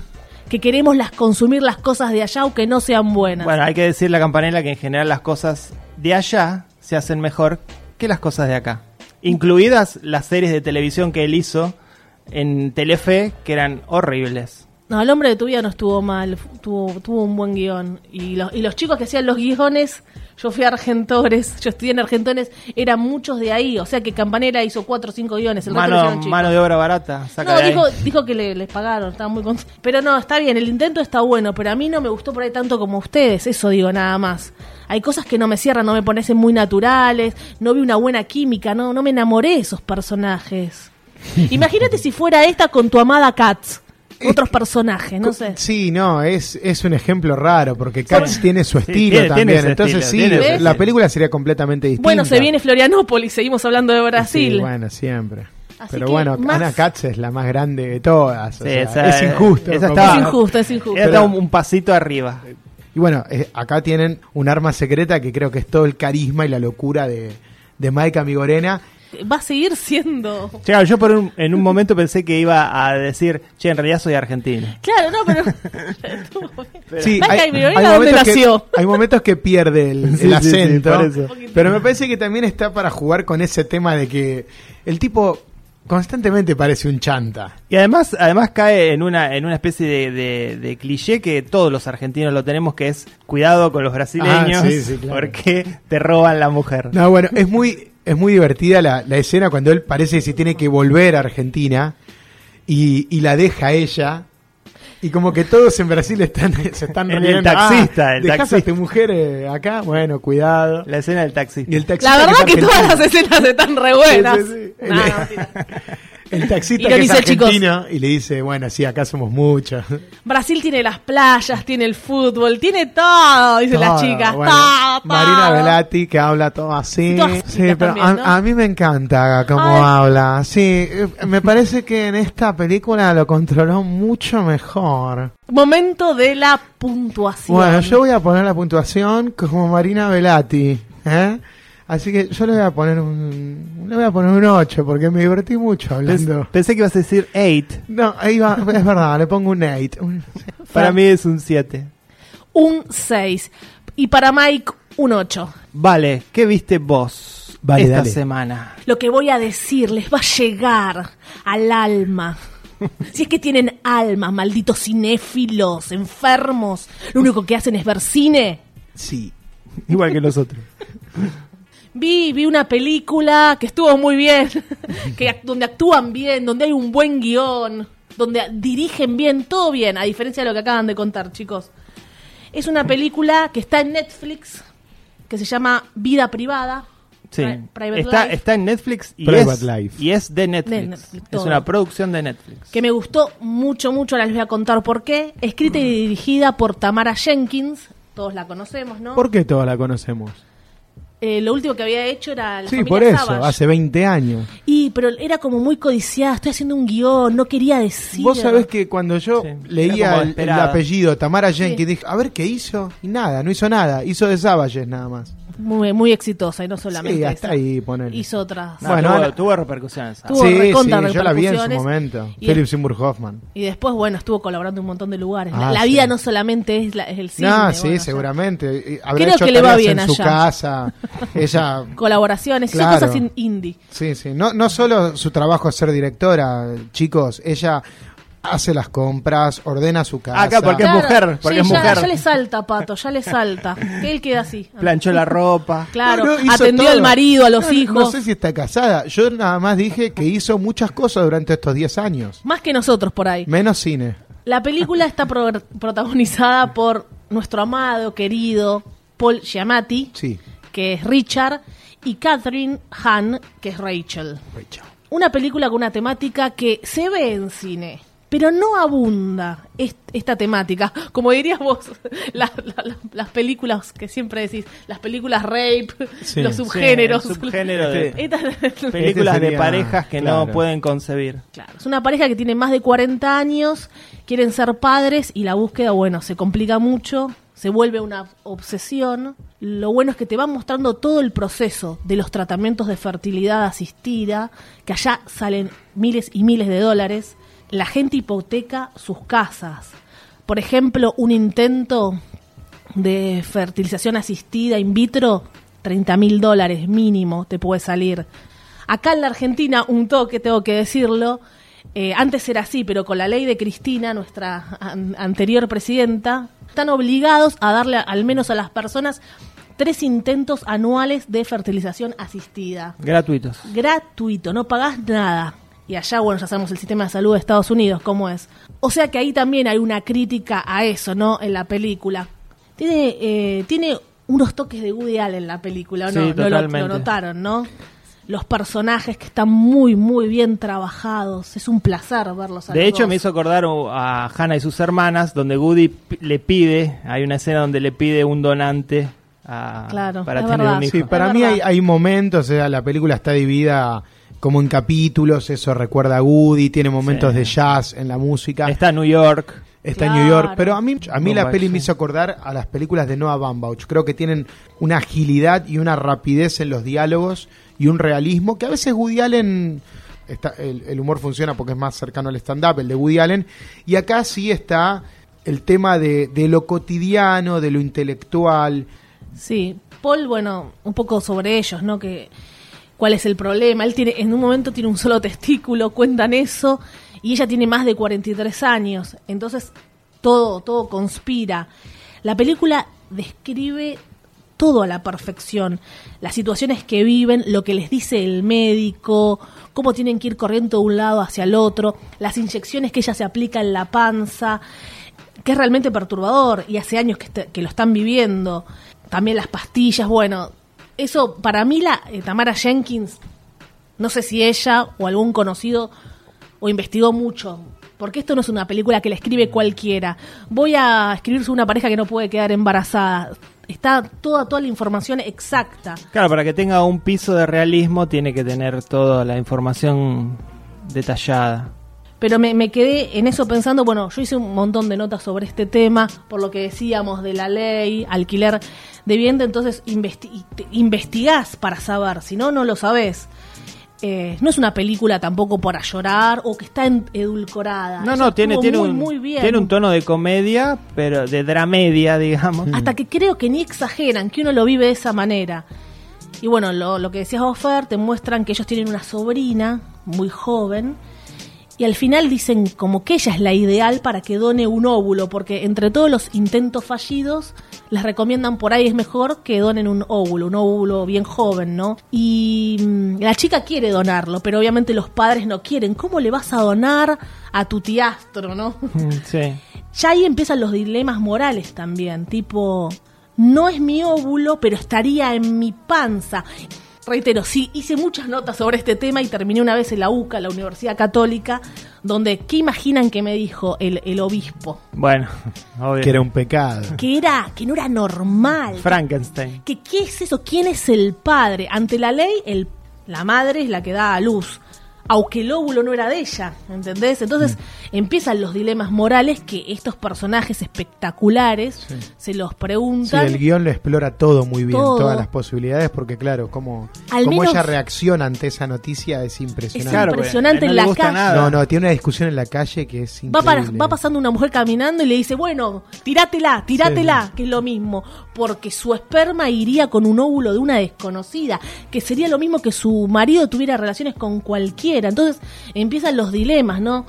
B: Que queremos las consumir las cosas de allá aunque no sean buenas.
C: Bueno, hay que decir la campanela que en general las cosas de allá se hacen mejor que las cosas de acá. Incluidas las series de televisión que él hizo en Telefe, que eran horribles.
B: No, el hombre de tu vida no estuvo mal, fu- tuvo, tuvo un buen guión. Y los, y los chicos que hacían los guiones, yo fui a Argentores, yo estudié en Argentores, eran muchos de ahí. O sea que Campanera hizo cuatro o cinco guiones, el resto lo
C: Mano,
B: hicieron chicos.
C: mano de obra barata. saca
B: no,
C: de ahí.
B: dijo, dijo que le- les pagaron, estaba muy contento. Pero no, está bien, el intento está bueno, pero a mí no me gustó por ahí tanto como a ustedes, eso digo nada más. Hay cosas que no me cierran, no me parecen muy naturales, no vi una buena química, no, no me enamoré de esos personajes. Imagínate si fuera esta con tu amada Katz, otros personajes, no sé.
D: Sí, no, es, es un ejemplo raro porque Cats tiene su
C: Sí,
D: estilo
C: tiene-
D: también.
C: tiene ese
D: Entonces
C: estilo, tiene
D: sí,
C: ese
D: la
C: estilo.
D: película sería completamente distinta.
B: Bueno, se viene Florianópolis, seguimos hablando de Brasil.
D: Sí, bueno, siempre.
B: Así
D: Pero
B: que
D: bueno,
B: más-
D: Ana Katz es la más grande de todas. o
C: Sí,
D: sea,
C: esa-
D: es injusto.
C: esa
D: como-
B: Es
C: estaba-
B: injusto, es injusto.
C: Era un, un pasito arriba.
D: Y bueno, eh, acá tienen un arma secreta que creo que es todo el carisma y la locura de, de Maika Migorena.
B: Va a seguir siendo.
C: Claro, yo por un- en un momento pensé que iba a decir, che, en realidad soy argentino.
B: Claro, no, pero.
D: Sí,
B: Maika Migorena, ¿dónde
D: momentos que,
B: nació?
D: hay momentos que pierde el, el
C: Sí, sí, sí,
D: acento.
C: por eso.
D: pero me parece que también está para jugar con ese tema de que el tipo constantemente parece un chanta.
C: Y además, además cae en una, en una especie de, de- de cliché que todos los argentinos lo tenemos, que es cuidado con los brasileños,
D: Ah, sí, sí, claro.
C: porque te roban la mujer.
D: No, bueno, es muy, es muy divertida la, la escena cuando él parece que se tiene que volver a Argentina y, y la deja ella. Y como que todos en Brasil están, se están
C: El
D: riendo.
C: taxista,
D: "Ah,
C: el
D: ¿dejás
C: taxista".
D: a tu mujer eh, acá? Bueno, cuidado.
C: La escena del taxista.
D: Y el taxista
B: La verdad
D: es
B: que todas las
D: argentino.
B: escenas están re buenas.
D: Sí, sí, sí.
B: No,
D: El-
B: mentira.
D: El taxista que es
B: Ironicé, chicos.
D: argentino y le dice, bueno, sí, acá somos muchos.
B: Brasil tiene las playas, tiene el fútbol, tiene todo, dicen las
D: Todo,
B: chicas.
D: bueno,
B: todo, todo.
D: Marina Velati que habla todo así.
B: Y todas chicas
D: Sí, pero
B: también,
D: a,
B: ¿no?
D: a mí me encanta cómo
B: Ay.
D: habla. Sí, eh, me parece que en esta película lo controló mucho mejor.
B: Momento de la puntuación.
D: Bueno, yo voy a poner la puntuación como Marina Velati. ¿eh? Así que yo le voy a poner un le voy a poner un 8 porque me divertí mucho
C: Pens-
D: hablando.
C: pensé que ibas a decir 8.
D: No, ahí va, es verdad, le pongo un 8. Ah.
C: Para mí es un 7.
B: Un 6. Y para Mike, un 8.
C: Vale, ¿qué viste vos
D: Vale,
C: esta
D: dale.
C: semana?
B: Lo que voy a decir les va a llegar al alma. Si es que tienen alma, malditos cinéfilos, enfermos, lo único que hacen es ver cine.
D: Sí.
C: Igual que nosotros.
B: Vi, vi una película que estuvo muy bien, que ac- donde actúan bien, donde hay un buen guión, donde a- dirigen bien, todo bien, a diferencia de lo que acaban de contar, chicos. Es una película que está en Netflix, que se llama Vida Privada.
C: Sí.
B: Pri- Private
C: Está,
B: Life.
C: está en Netflix y,
D: Private
C: es,
D: Life.
C: y es de Netflix.
B: De Netflix,
C: es
B: todo.
C: una producción de Netflix.
B: que me gustó mucho, mucho, ahora les voy a contar por qué. Escrita y dirigida por Tamara Jenkins, todos la conocemos, ¿no?
D: ¿Por qué todos la conocemos?
B: Eh, lo último que había hecho era la
D: Sí,
B: familia
D: por eso,
B: Savage.
D: hace 20 años.
B: Y, pero era como muy codiciada, estoy haciendo un guión, no quería decir.
D: Vos sabés que cuando yo
C: Sí, era
D: leía
C: como
D: el- el,
C: esperada.
D: apellido Tamara Jenkins, dije, a ver qué hizo. Y nada, no hizo nada. Hizo de Savages nada más.
B: Muy, muy exitosa, y no solamente
D: Sí, hasta
B: esa.
D: ahí ponele.
B: Hizo otras.
C: No,
D: Bueno,
C: tuvo,
D: Ana-
C: tuvo repercusiones.
B: Tuvo
D: sí, sí,
B: recontra
D: yo la vi en su
B: repercusiones.
D: momento.
B: Y-
D: Philip Seymour Hoffman.
B: Y después, bueno, estuvo colaborando en un montón de lugares. La-
D: Ah,
B: la
D: sí.
B: vida no solamente es, la- es el cine.
D: no,
B: bueno, o
D: sí,
B: sea,
D: seguramente. Y Habrá
B: Creo
D: hecho
B: que le va
D: tareas
B: bien
D: en su
B: allá.
D: casa. Ella...
B: Colaboraciones, hizo
D: Claro.
B: cosas in- indie.
D: Sí, sí. No, no solo su trabajo es ser directora, chicos. Ella hace las compras, ordena su casa.
C: Acá, porque es mujer, porque
B: sí,
C: es
B: ya,
C: mujer.
B: ya le salta, Pato, ya le salta. Que él queda así.
C: Planchó la ropa.
B: Claro,
D: No, no, hizo
B: atendió
D: todo.
B: al marido, a los
D: No, no,
B: hijos.
D: No sé si está casada. Yo nada más dije que hizo muchas cosas durante estos 10 años.
B: Más que nosotros por ahí.
D: Menos cine.
B: La película está pro- protagonizada por nuestro amado, querido Paul Giamatti,
D: Sí.
B: que es Richard, y Catherine Hahn, que es Rachel. Una película con una temática que se ve en cine. Pero no abunda est- esta temática. Como dirías vos, la- la- la- las películas que siempre decís, las películas rape,
D: Sí,
B: los
D: sí,
B: subgéneros.
C: Sí, el subgénero de
B: Esta-
C: películas
D: Este
C: de
D: sería-
C: parejas que
D: claro.
C: no pueden concebir.
B: Claro, es una pareja que tiene más de 40 años, quieren ser padres y la búsqueda, bueno, se complica mucho, se vuelve una obsesión. Lo bueno es que te van mostrando todo el proceso de los tratamientos de fertilidad asistida, que allá salen miles y miles de dólares. La gente hipoteca sus casas. Por ejemplo, un intento de fertilización asistida in vitro, 30 mil dólares mínimo te puede salir. Acá en la Argentina, un toque, tengo que decirlo, eh, antes era así, pero con la ley de Cristina, nuestra an- anterior presidenta, están obligados a darle a- al menos a las personas tres intentos anuales de fertilización asistida
C: Gratuitos.
B: gratuito, no pagás nada. Y allá, bueno, ya sabemos el sistema de salud de Estados Unidos, cómo es. O sea que ahí también hay una crítica a eso, ¿no? En la película. Tiene, eh, tiene unos toques de Woody Allen la película, ¿o
C: Sí,
B: ¿no? No lo- lo,
C: totalmente.
B: notaron, ¿no? Los personajes que están muy, muy bien trabajados. Es un placer verlos. a
C: De
B: los
C: hecho,
B: dos.
C: me hizo acordar uh, a Hannah y sus hermanas, donde Woody p- le pide, hay una escena donde le pide un donante a-
B: Claro,
C: para
B: es
C: tener
B: verdad.
C: un hijo.
D: Sí, para
B: Es
D: mí hay,
B: verdad.
D: hay momentos, o sea, la película está dividida como en capítulos, eso recuerda a Woody, tiene momentos
C: Sí.
D: de jazz en la música, está,
C: Está en New York.
D: en New York,
B: Claro.
D: pero a mí, a mí la
C: Baumbach,
D: peli me
C: sí.
D: hizo acordar a las películas de Noah Baumbach, creo que tienen una agilidad y una rapidez en los diálogos y un realismo que a veces Woody Allen... está- el, el humor funciona porque es más cercano al stand-up, el de Woody Allen, y acá sí está el tema de, de lo cotidiano, de lo intelectual,
B: Sí, Paul, bueno, un poco sobre ellos, ¿no? Que cuál es el problema. Él tiene, en un momento tiene un solo testículo, cuentan eso, y ella tiene más de 43 años. Entonces, todo, todo conspira. La película describe todo a la perfección. Las situaciones que viven, lo que les dice el médico, cómo tienen que ir corriendo de un lado hacia el otro, las inyecciones que ella se aplica en la panza que es realmente perturbador y hace años que, est- que lo están viviendo. También las pastillas, bueno, eso para mí la eh, Tamara Jenkins, no sé si ella o algún conocido o investigó mucho, porque esto no es una película que la escribe cualquiera. Voy a escribir sobre una pareja que no puede quedar embarazada. Está toda toda la información exacta.
C: Claro, para que tenga un piso de realismo tiene que tener toda la información detallada.
B: Pero me, me quedé en eso pensando, bueno, yo hice un montón de notas sobre este tema, por lo que decíamos de la ley, alquiler de vivienda, entonces investi- y te- investigás para saber, si no, no lo sabés. Eh, no es una película tampoco para llorar o que está en- edulcorada.
C: No,
B: Ah, Eso
C: no, tiene,
B: estuvo
C: tiene,
B: muy,
C: un,
B: muy bien.
C: tiene un tono de comedia, pero de dramedia, digamos.
B: Hasta que creo que ni exageran, que uno lo vive de esa manera. Y bueno, lo, lo que decías vos, Fer, te muestran que ellos tienen una sobrina muy joven. Y al final dicen como que ella es la ideal para que done un óvulo, porque entre todos los intentos fallidos, les recomiendan por ahí es mejor que donen un óvulo, un óvulo bien joven, ¿no? Y mm, la chica quiere donarlo, pero obviamente los padres no quieren. ¿Cómo le vas a donar a tu tiastro, no?
C: Mm, Sí.
B: ya ahí empiezan los dilemas morales también, tipo, no es mi óvulo, pero estaría en mi panza. Reitero, sí, hice muchas notas sobre este tema y terminé una vez en la UCA, la Universidad Católica, donde, ¿qué imaginan que me dijo el, el obispo?
C: Bueno, obvio.
D: que era un pecado.
B: Que era, que no era normal.
C: Frankenstein.
B: que qué es eso, quién es el padre. Ante la ley, el, la madre es la que da a luz, aunque el óvulo no era de ella, ¿entendés? Entonces
D: Mm.
B: empiezan los dilemas morales que estos personajes espectaculares se los
D: Sí,
B: preguntan.
D: el guión lo explora todo muy bien,
B: Todo.
D: todas las posibilidades, porque claro, como,
B: Al
D: como
B: menos-
D: ella reacciona ante esa noticia es
B: es
D: impresionante.
C: Claro, porque
B: impresionante
C: no
B: en
C: le
B: la
C: gusta
B: calle.
C: nada.
D: No, no, tiene una discusión en la calle que es
B: Va, para-
D: increíble.
B: va pasando una mujer caminando y le dice, bueno, tirátela, tirátela, que es lo mismo, porque su esperma iría con un óvulo de una desconocida, que sería lo mismo que su marido tuviera relaciones con cualquiera. Entonces empiezan los dilemas, ¿no?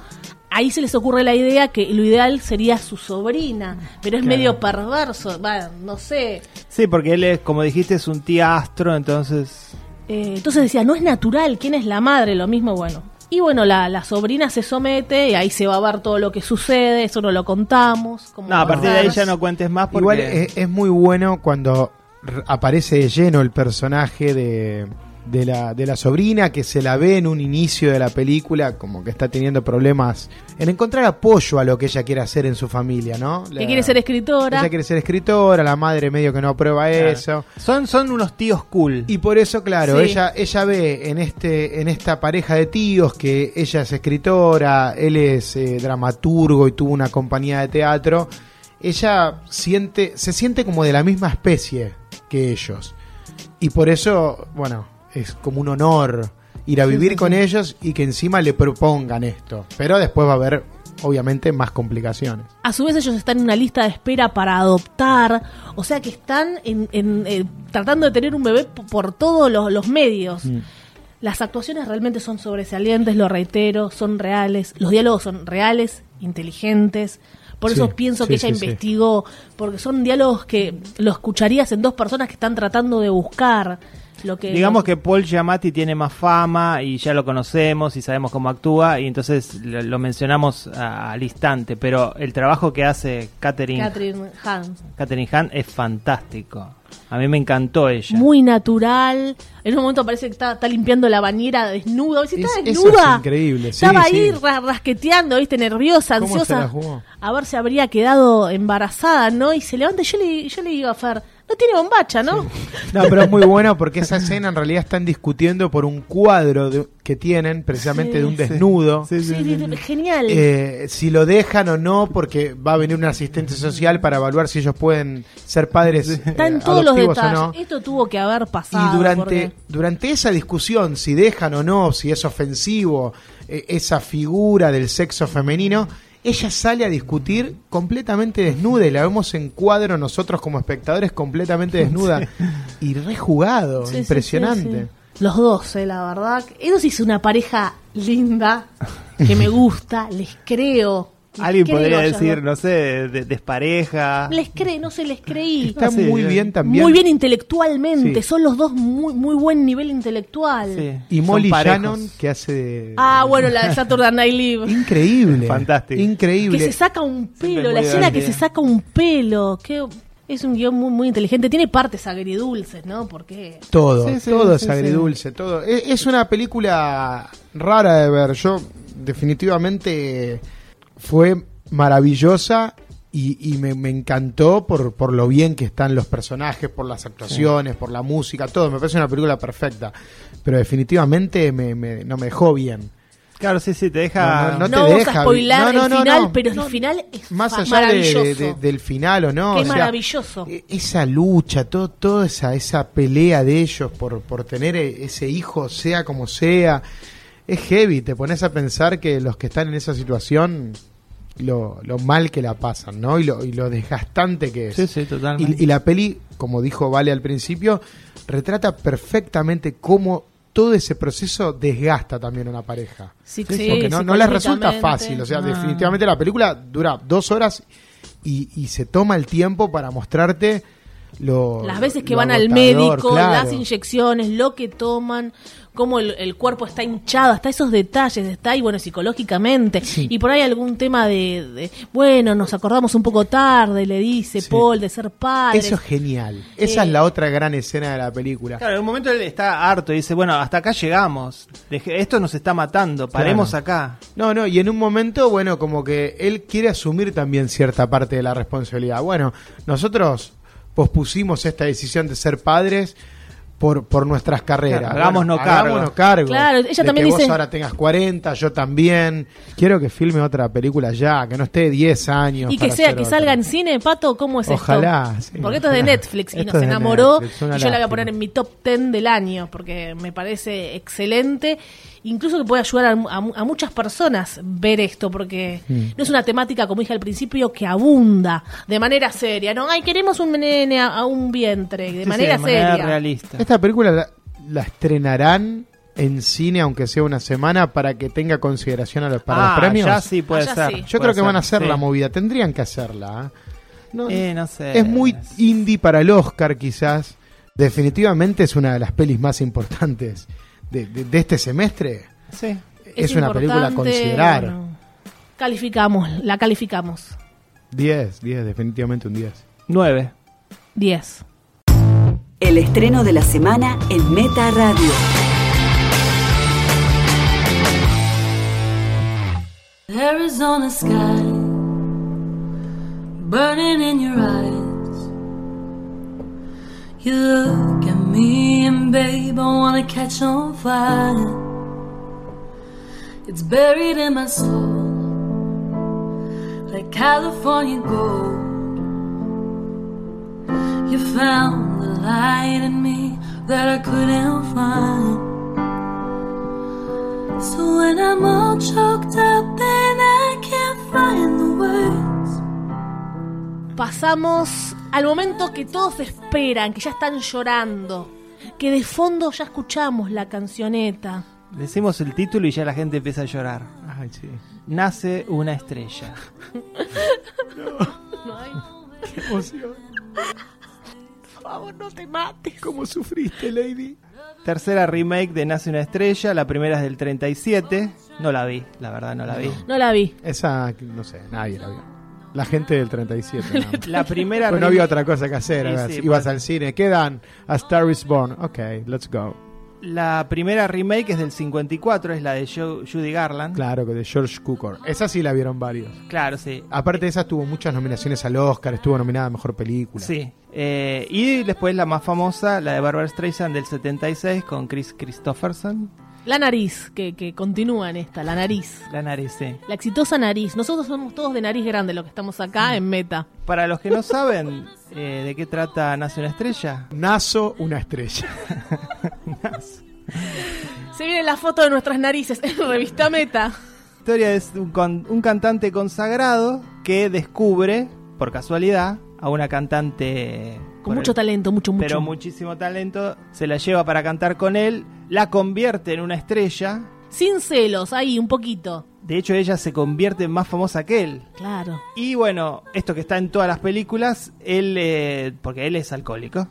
B: Ahí se les ocurre la idea que lo ideal sería su sobrina, pero es medio perverso, va, no sé.
C: Sí, porque él es, como dijiste, es un astro, entonces...
B: Eh, entonces decía, no es natural, ¿quién es la madre? Lo mismo, bueno. Y bueno, la, la sobrina se somete y ahí se va a ver todo lo que sucede, eso no lo contamos. cómo
C: No, a partir de ahí
B: pasar.
C: ya no cuentes más porque...
D: Igual es, es muy bueno cuando r- aparece de lleno el personaje de, de la, de la sobrina que se la ve en un inicio de la película como que está teniendo problemas en encontrar apoyo a lo que ella quiere hacer en su familia, ¿no?
B: que quiere ser escritora.
D: Ella quiere ser escritora, la madre medio que no aprueba eso.
C: Son, son unos tíos cool.
D: Y por eso, claro,
B: Sí.
D: ella, ella ve en este, en esta pareja de tíos que ella es escritora, él es eh, dramaturgo y tuvo una compañía de teatro. Ella siente, se siente como de la misma especie que ellos. Y por eso, bueno, es como un honor ir a vivir con ellos y que encima le propongan esto. Pero después va a haber, obviamente, más complicaciones.
B: A su vez ellos están en una lista de espera para adoptar, o sea que están en- en, eh, tratando de tener un bebé p- por todos los, los medios.
D: Mm.
B: Las actuaciones realmente son sobresalientes, lo reitero, son reales, los diálogos son reales, inteligentes. Por
D: Sí,
B: eso pienso que
D: sí,
B: ella
D: sí, sí.
B: investigó, porque son diálogos que lo escucharías en dos personas que están tratando de buscar lo que...
C: Digamos
B: lo-
C: que Paul Giamatti tiene más fama y ya lo conocemos y sabemos cómo actúa y entonces lo, lo mencionamos a- al instante, pero el trabajo que hace Catherine, Catherine.
B: Catherine Hans.
C: Hahn es fantástico. A mí me encantó ella.
B: Muy natural. En un momento parece que está, está limpiando la bañera desnuda. ¿Viste? Está
D: Es- eso
B: desnuda.
D: es increíble, sí,
B: Estaba
D: sí.
B: ahí ra- rasqueteando, ¿viste? Nerviosa,
D: ¿Cómo
B: ansiosa.
D: se la jugó?
B: A ver si habría quedado embarazada, ¿no? Y se levanta. y Yo le, yo le digo a Fer, no tiene bombacha, ¿no?
D: No, pero es muy bueno porque esa escena en realidad están discutiendo por un cuadro de- que tienen, precisamente
B: Sí.
D: de un desnudo.
B: Sí, sí, sí, Genial.
D: Eh, si lo dejan o no, porque va a venir un asistente social para evaluar si ellos pueden ser padres
B: está en
D: eh,
B: todos los
D: adoptivos
B: detalles.
D: o no.
B: Esto tuvo que haber pasado.
D: Y durante,
B: porque-
D: durante esa discusión, si dejan o no, si es ofensivo, eh, esa figura del sexo femenino, ella sale a discutir completamente desnuda y la vemos en cuadro nosotros como espectadores completamente desnuda y rejugado,
B: Sí, sí,
D: impresionante.
B: sí, sí. Los dos, eh, la verdad. Ellos hizo una pareja linda, que me gusta, les creo. Les
C: Alguien
B: creo,
C: podría
B: ya
C: decir,
B: no-
C: no sé, de- despareja.
B: Les cree, no se les creí.
D: Está
C: Ah, sí,
D: muy
C: bien.
D: bien también.
B: Muy bien intelectualmente,
D: Sí.
B: son los dos muy, muy buen nivel intelectual.
C: Sí,
D: Y
C: son
D: Molly
C: parejos.
D: Shannon que hace de-
B: Ah, bueno, la de Saturday Night Live.
D: Increíble.
C: Fantástico.
D: Increíble.
B: que se saca un pelo,
C: muy
B: la escena que
C: divertida.
B: se saca un pelo. Que es un guión muy, muy inteligente. Tiene partes agridulces, ¿no? Porque
D: Todo,
C: Sí, sí,
D: todo
C: sí,
D: es agridulce, todo. Es, es una película rara de ver. Yo, definitivamente, fue maravillosa y, y me, me encantó por, por lo bien que están los personajes, por las actuaciones, por la música, todo. Me parece una película perfecta. Pero definitivamente me- me- no me dejó bien.
C: Claro, sí, sí, te deja...
D: No te
B: no vamos
D: deja,
B: a spoilar
D: no, no,
B: el
D: no,
B: final,
D: no.
B: pero
D: No,
B: el final es
D: Más
B: fa-
D: allá de-
B: maravilloso.
D: de- de- del final o no.
B: Qué
D: o sea,
B: maravilloso.
D: e- Esa lucha, todo, toda esa, esa pelea de ellos por, por tener e- ese hijo, sea como sea, es heavy. Te pones a pensar que los que están en esa situación, lo, lo mal que la pasan, ¿no? Y lo, y lo desgastante que es.
C: Sí, sí, totalmente.
D: Y, y la peli, como dijo Vale al principio, retrata perfectamente cómo todo ese proceso desgasta también a una pareja.
B: Sí,
D: Porque no, no les resulta fácil. O sea,
C: No.
D: definitivamente la película dura dos horas y, y se toma el tiempo para mostrarte lo.
B: Las veces que
D: lo
B: van al
D: agotador,
B: médico,
D: claro.
B: las inyecciones, lo que toman, cómo el, el cuerpo está hinchado, hasta esos detalles, está ahí, bueno, psicológicamente.
D: Sí.
B: Y por ahí algún tema de, de, bueno, nos acordamos un poco tarde, le dice
D: Sí.
B: Paul, de ser padre.
D: Eso es genial. Esa
B: Eh.
D: es la otra gran escena de la película.
C: Claro, en un momento él está harto y dice, bueno, hasta acá llegamos. Deje- esto nos está matando, paremos
D: Claro.
C: acá.
D: No, no, y en un momento, bueno, como que él quiere asumir también cierta parte de la responsabilidad. Bueno, nosotros pospusimos esta decisión de ser padres por, por nuestras carreras.
C: Claro, hagámonos
D: Bueno,
C: cargo.
D: hagámonos cargo.
B: Claro, ella
D: de
B: también
D: que vos
B: dice-
D: ahora tengas 40, yo también. Quiero que filme otra película ya, que no esté 10 años.
B: Y que
D: para
B: sea,
D: hacer
B: que
D: otra.
B: salga en cine, Pato, ¿cómo es
D: Ojalá,
B: esto?
D: sí,
B: porque esto es de
D: ojalá.
B: Netflix y
D: Esto
B: nos
D: es de
B: enamoró.
D: Netflix, una
B: y yo la voy a
D: lástima.
B: poner en mi top 10 del año porque me parece excelente. Incluso que puede ayudar a, a mu- a muchas personas ver esto porque no es una temática, como dije al principio, que abunda de manera seria. No, ay, queremos un nene a, a un vientre, de
C: Sí, sí,
B: manera
C: de
B: seria.
C: manera realista.
D: Esta película la, la estrenarán en cine, aunque sea una semana, para que tenga consideración a los, para
C: Ah,
D: los premios.
C: Ya sí puede
B: Ah, ya
C: ser.
B: sí.
D: Yo
C: Puede
D: creo que van a
C: ser,
D: hacer
C: sí.
D: la movida, tendrían que hacerla. ¿eh? No,
C: Eh, no sé.
D: Es muy indie para el Oscar, quizás. Definitivamente es una de las pelis más importantes de, de- de este semestre.
C: Sí.
D: Es, una película a
B: importante,
D: considerar.
B: bueno, calificamos, la calificamos.
D: 10, 10, definitivamente un 10.
C: Nueve.
B: 10.
F: El estreno de la semana en Meta Radio.
G: Arizona sky burning in your eyes. You look at me and babe, I wanna catch on fire. It's buried in my soul like California gold. You found the light in me that I couldn't find. So when I'm all choked up and I can't find the words,
B: Pasamos al momento que todos esperan, que ya están llorando, que de fondo ya escuchamos la cancioneta.
C: Decimos el título y ya la gente empieza a llorar. Nace una estrella.
B: Por favor, no te mates.
D: ¿Cómo sufriste, Lady?
C: Tercera remake de Nace una estrella, la primera es del 37. No la vi, la verdad no la vi.
B: No la vi.
D: Esa, no sé, nadie la vio. La gente del 37. nada más.
C: La primera
D: Pues no
C: remake-
D: había otra cosa que hacer.
C: Sí,
D: a ver,
C: sí,
D: ibas
C: pues.
D: al cine. Quedan A Star is Born. Ok, let's go.
C: La primera remake es del 54, es la de Jo- Judy Garland.
D: Claro, que de George Cukor. Esa sí la vieron varios.
C: Claro, sí.
D: Aparte de esa, tuvo muchas nominaciones al Oscar. Estuvo nominada a mejor película.
C: Sí. Eh, y después la más famosa, la de Barbara Streisand del 76 con Chris Christopherson.
B: La nariz, que, que continúa en esta, la nariz.
C: La nariz, sí.
B: La exitosa nariz. Nosotros somos todos de nariz grande los que estamos acá en meta.
C: Para los que no saben eh, de qué trata Nace una estrella,
D: Nazo, una estrella.
B: Se viene la foto de nuestras narices en revista meta.
C: la historia es un, con- un cantante consagrado que descubre, por casualidad, a una cantante por
B: Con
C: el-
B: mucho talento, mucho, mucho.
C: pero muchísimo talento, se la lleva para cantar con él, la convierte en una estrella.
B: Sin celos, ahí, un poquito.
C: De hecho, ella se convierte más famosa que él.
B: Claro.
C: Y bueno, esto que está en todas las películas, él, eh, porque él es alcohólico,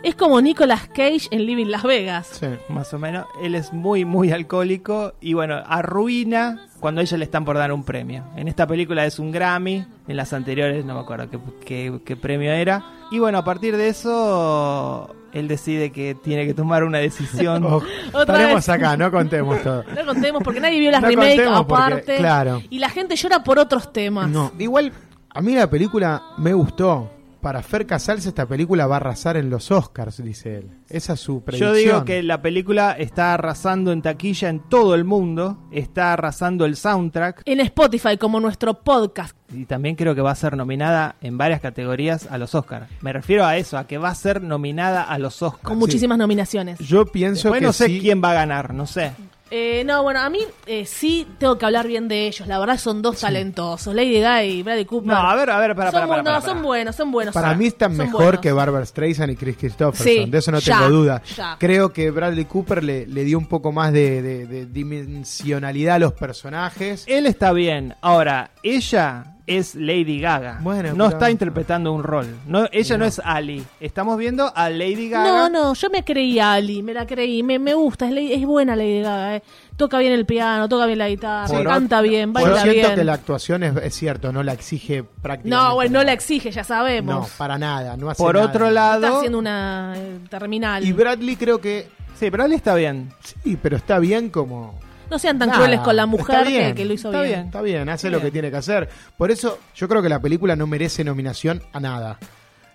B: Es como Nicolas Cage en Living Las Vegas.
D: Sí.
C: más o menos, él es muy, muy alcohólico y bueno, arruina cuando a ella le están por dar un premio. En esta película es un Grammy, en las anteriores no me acuerdo qué, qué- qué premio era. Y bueno, a partir de eso, él decide que tiene que tomar una decisión.
D: Oh,
B: Otra
D: estaremos
B: vez.
D: acá, no contemos todo.
B: No contemos porque nadie vio las
D: No
B: remakes
D: contemos porque,
B: aparte.
D: claro.
B: Y la gente llora por otros temas.
D: No, igual a mí la película me gustó. Para Fer Casals esta película va a arrasar en los Oscars, dice él. Esa es su predicción.
C: Yo digo que la película está arrasando en taquilla en todo el mundo, está arrasando el soundtrack
B: En Spotify, como nuestro podcast.
C: y también creo que va a ser nominada en varias categorías a los Oscars. Me refiero a eso, a que va a ser nominada a los Oscars.
B: Con muchísimas nominaciones.
D: Ah, Yo pienso
C: Después
D: que
C: no sé
D: sí.
C: quién va a ganar, no sé.
B: Eh, no, bueno, a mí eh, sí tengo que hablar bien de ellos. La verdad son dos talentosos, Lady Gaga y Bradley Cooper.
C: No, a ver, a ver, para,
B: son,
C: para, para,
B: bu- no,
C: para,
B: son
C: para.
B: buenos, son buenos.
D: Para
B: son-
D: mí están
B: son
D: mejor
B: buenos.
D: que Barbara Streisand y Chris Christopherson.
B: Sí,
D: de eso no
B: ya,
D: tengo duda.
B: ya.
D: Creo que Bradley Cooper le, le dio un poco más de, de- de dimensionalidad a los personajes.
B: Eh,
C: Él está bien. Ahora, ella es Lady Gaga.
D: Bueno,
C: no
D: pero-
C: está interpretando un rol. No, ella no. es Ali. Estamos viendo a Lady Gaga.
B: No, no, yo me creí a Ali, me la creí, me, me gusta, es, Lady- es buena Lady Gaga, eh. toca bien el piano, toca bien la guitarra,
D: Por
B: canta bien,
D: Yo
B: baila
D: siento
B: bien.
D: que la actuación es, es cierto, no la exige prácticamente.
B: No, bueno, no la
D: nada.
B: exige, ya
D: No,
B: sabemos.
D: para nada. No hace
C: Por
D: nada.
C: otro
B: Está
C: lado.
B: haciendo una eh, terminal.
D: Y Bradley creo que
C: Sí, pero él está bien.
D: sí, pero está bien como.
B: no sean tan
D: Nada,
B: crueles con la
D: está
B: mujer que,
D: bien,
B: que lo hizo
C: está
B: bien.
C: bien.
D: Está bien, hace
C: Está
D: lo que
C: bien.
D: tiene que hacer. Por eso yo creo que la película no merece nominación a nada.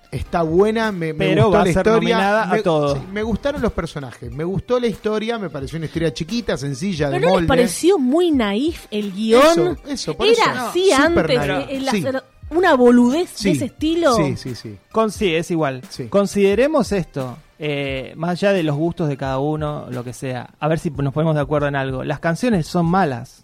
D: Está buena, me, me
C: Pero
D: gustó
C: va a
D: la
C: ser
D: historia.
C: nominada a
D: me,
C: todo.
D: me gustaron los personajes, me gustó la historia, me pareció una historia chiquita, sencilla,
B: Pero
D: de
B: no
D: molde.
B: les pareció muy naif el guión.
D: Eso, eso, por eso.
B: Era
D: No,
B: así
D: súper
B: antes, eh,
D: naif.
B: el
D: Sí.
B: hacer una boludez
D: Sí,
B: de ese estilo.
D: Sí, sí, sí.
C: Con, sí, es igual.
D: Sí.
C: Consideremos esto, eh, más allá de los gustos de cada uno, lo que sea, a ver si nos ponemos de acuerdo en algo. Las canciones son malas,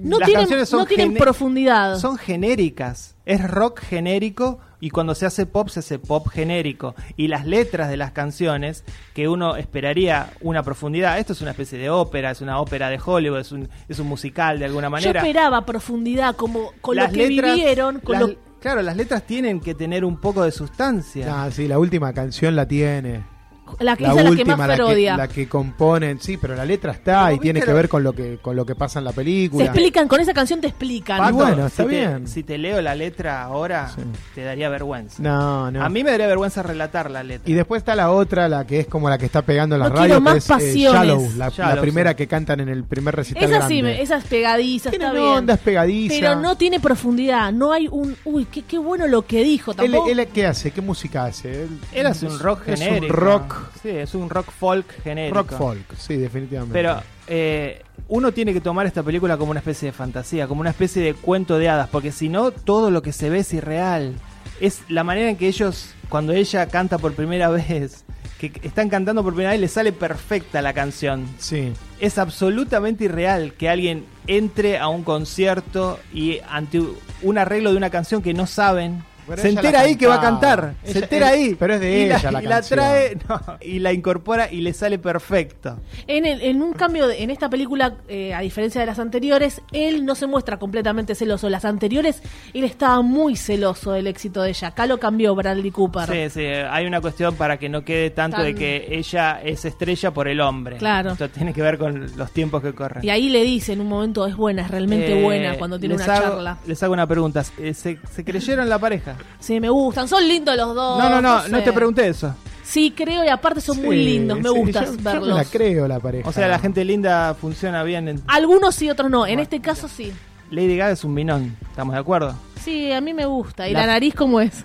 B: No
C: Las
B: tienen,
C: canciones son
B: no tienen
C: gene-
B: profundidad.
C: son genéricas, es rock genérico y cuando se hace pop se hace pop genérico. Y las letras de las canciones, que uno esperaría una profundidad, esto es una especie de ópera, es una ópera de Hollywood, es un, es un musical de alguna manera.
B: Yo esperaba profundidad, como con
C: Las
B: lo que
C: letras-
B: vivieron, con
C: las-
B: lo-
C: Claro, las letras tienen que tener un poco de sustancia.
D: Ah, sí, la última canción la tiene.
B: La, que
D: la
B: esa es la que
D: última,
B: más
D: la,
B: Fer odia.
D: que, la que componen, sí, pero la letra está y
C: ¿viste
D: tiene que
C: la-
D: ver con lo que con lo que pasa en la
B: Se
D: película.
B: explican, con esa canción te explican.
D: Ah, bueno,
C: si
D: está
C: te-
D: bien.
C: si te leo la letra ahora, te daría vergüenza.
D: No, no.
C: A mí me daría vergüenza relatar la letra.
D: Y después está la otra, la que es como la que está pegando en la
B: No quiero
D: radio,
B: más
D: que es eh,
B: pasiones.
D: Shallow, la, la
C: Shallow,
D: primera
C: sí.
D: que cantan en el primer recital
B: Esa sí,
D: grande.
B: me- esa es pegadiza,
D: Tienen
B: está bien.
D: ondas pegadizas.
B: Pero no tiene profundidad, no hay un... Uy, qué, qué bueno lo que dijo,
D: él,
B: tampoco...
D: él qué hace? ¿Qué música hace? Él,
C: Él hace un rock
D: es
C: genérico.
D: un rock,
C: Sí, es un rock folk genérico.
D: rock folk, sí, definitivamente.
C: Pero eh, uno tiene que tomar esta película como una especie de fantasía, como una especie de cuento de hadas, porque si no, todo lo que se ve es irreal. Es la manera en que ellos, cuando ella canta por primera vez, que están cantando por primera vez, le sale perfecta la canción.
D: sí.
C: Es absolutamente irreal que alguien entre a un concierto y ante un arreglo de una canción que no saben.
D: Pero
C: se
D: ella
C: entera
D: la
C: ahí que va a
D: cantaba.
C: cantar, se
D: Ella-
C: entera
D: él-
C: ahí.
D: pero es de
C: y
D: ella la
C: y
D: canción.
C: trae no, y la incorpora y le sale perfecto.
B: En, el- en un cambio, de- en esta película, eh, a diferencia de las anteriores, él no se muestra completamente celoso. Las anteriores, él estaba muy celoso del éxito de ella. Acá lo cambió Bradley Cooper.
C: Sí, sí, hay una cuestión para que no quede tanto
B: Tan-
C: de que ella es estrella por el hombre.
B: Claro.
C: Esto tiene que ver con los tiempos que corren.
B: Y ahí le dice en un momento, es buena, es realmente
C: Eh,
B: buena cuando tiene
C: les
B: una
C: hago-
B: charla.
C: Les hago una pregunta. Eh, ¿Se, se creyeron la pareja?
B: Sí, me gustan, son lindos los dos.
C: no, no, no, no
B: sé.
C: te pregunté eso.
B: Sí, creo, y aparte son muy
D: Sí,
B: lindos, me
D: sí,
B: gusta
D: yo- yo me
B: verlos.
D: la creo la pareja.
C: O sea, la gente linda funciona bien. en-
B: Algunos sí, otros no. En este caso sí.
C: Lady Gaga es un minón, ¿estamos de acuerdo?
B: Sí, a mí me gusta. ¿Y la,
C: La-
B: nariz cómo es?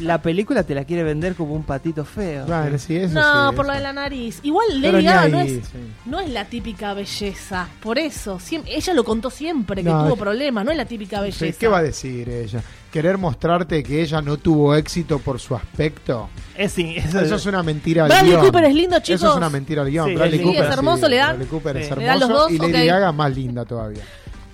C: La película te la quiere vender como un patito feo.
D: Bueno, sí, eso
B: no,
D: sí,
B: por
D: eso.
B: lo de la nariz. Igual
D: Pero
B: Lady
D: ni
B: Gaga
D: ahí,
B: no es,
D: sí.
B: no es la típica belleza. Por eso, siem- ella lo contó siempre, que
D: No,
B: tuvo
D: es-
B: problemas. No es la típica belleza.
D: Sí, ¿Qué va a decir ella? ¿Querer mostrarte que ella no tuvo éxito por su aspecto?
C: Es, sí, eso-
D: Eso es una mentira al
B: Bradley
D: guión.
B: Cooper es lindo, chicos.
D: Eso es una mentira al guión.
C: Sí,
D: Bradley
C: sí,
D: Cooper
C: es
B: hermoso, le dan.
D: Bradley Cooper es
C: Sí.
D: hermoso.
B: Le dan los dos,
D: y Lady
B: ok.
D: Gaga más linda todavía.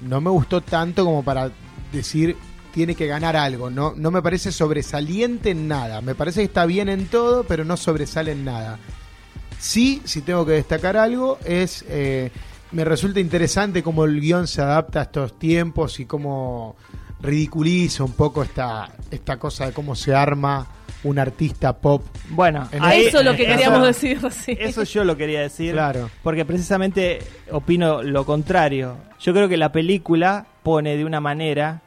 D: No me gustó tanto como para decir tiene que ganar algo. No, no me parece sobresaliente en nada. Me parece que está bien en todo, pero no sobresale en nada. Sí, si tengo que destacar algo, es. eh, me resulta interesante cómo el guión se adapta a estos tiempos y cómo ridiculiza un poco esta, esta cosa de cómo se arma un artista pop.
C: Bueno,
D: En
B: A
C: ahí-
B: eso es lo que
C: eso-
B: queríamos decir. sí.
C: Eso yo lo quería decir.
D: Claro.
C: Porque precisamente opino lo contrario. Yo creo que la película pone de una manera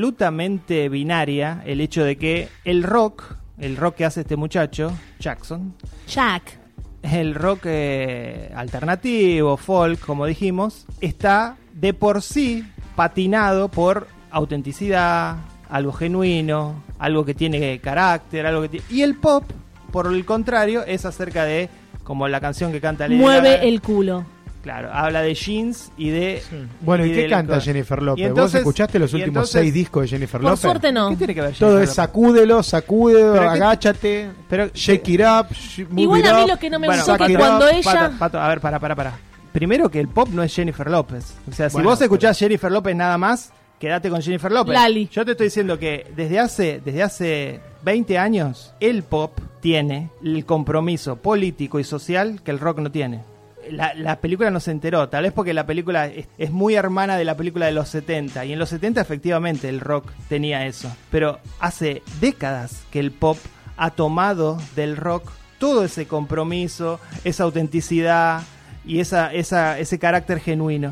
C: absolutamente binaria el hecho de que el rock, el rock que hace este muchacho, Jackson,
B: Jack.
C: el rock eh, alternativo, folk, como dijimos, está de por sí patinado por autenticidad, algo genuino, algo que tiene carácter, algo que ti- y el pop, por el contrario, es acerca de como la canción que canta Lady Gaga.
B: Mueve el culo.
C: claro, habla de jeans y de
D: Bueno, ¿y,
C: y
D: qué
C: del-
D: canta Jennifer López?
C: Y entonces-
D: ¿Vos escuchaste los
C: y
D: últimos
C: entonces-
D: seis discos de Jennifer
B: Por
D: López?
B: suerte no.
C: ¿Qué tiene que ver
D: Todo
C: Jennifer
D: es
C: López?
D: sacúdelo, sacúdelo,
C: Pero qué-
D: agáchate,
C: pero-
D: shake it up, sh- move
B: Igual
D: it
B: a mí
D: up,
B: lo que no me
D: bueno,
B: gustó
D: suck
B: que
D: it
B: cuando
D: up.
B: ella-
C: Pato, Pato, a ver, para, para, para. Primero que el pop no es Jennifer López. O sea, si
D: Bueno,
C: vos escuchás Jennifer López nada más, quédate con Jennifer López.
B: Lali.
C: Yo te estoy diciendo que desde hace, desde hace 20 años, el pop tiene el compromiso político y social que el rock no tiene. La, la película no se enteró, tal vez porque la película es, es muy hermana de la película de los 70, y en los 70 efectivamente el rock tenía eso, pero hace décadas que el pop ha tomado del rock todo ese compromiso, esa autenticidad y esa, esa, ese carácter genuino.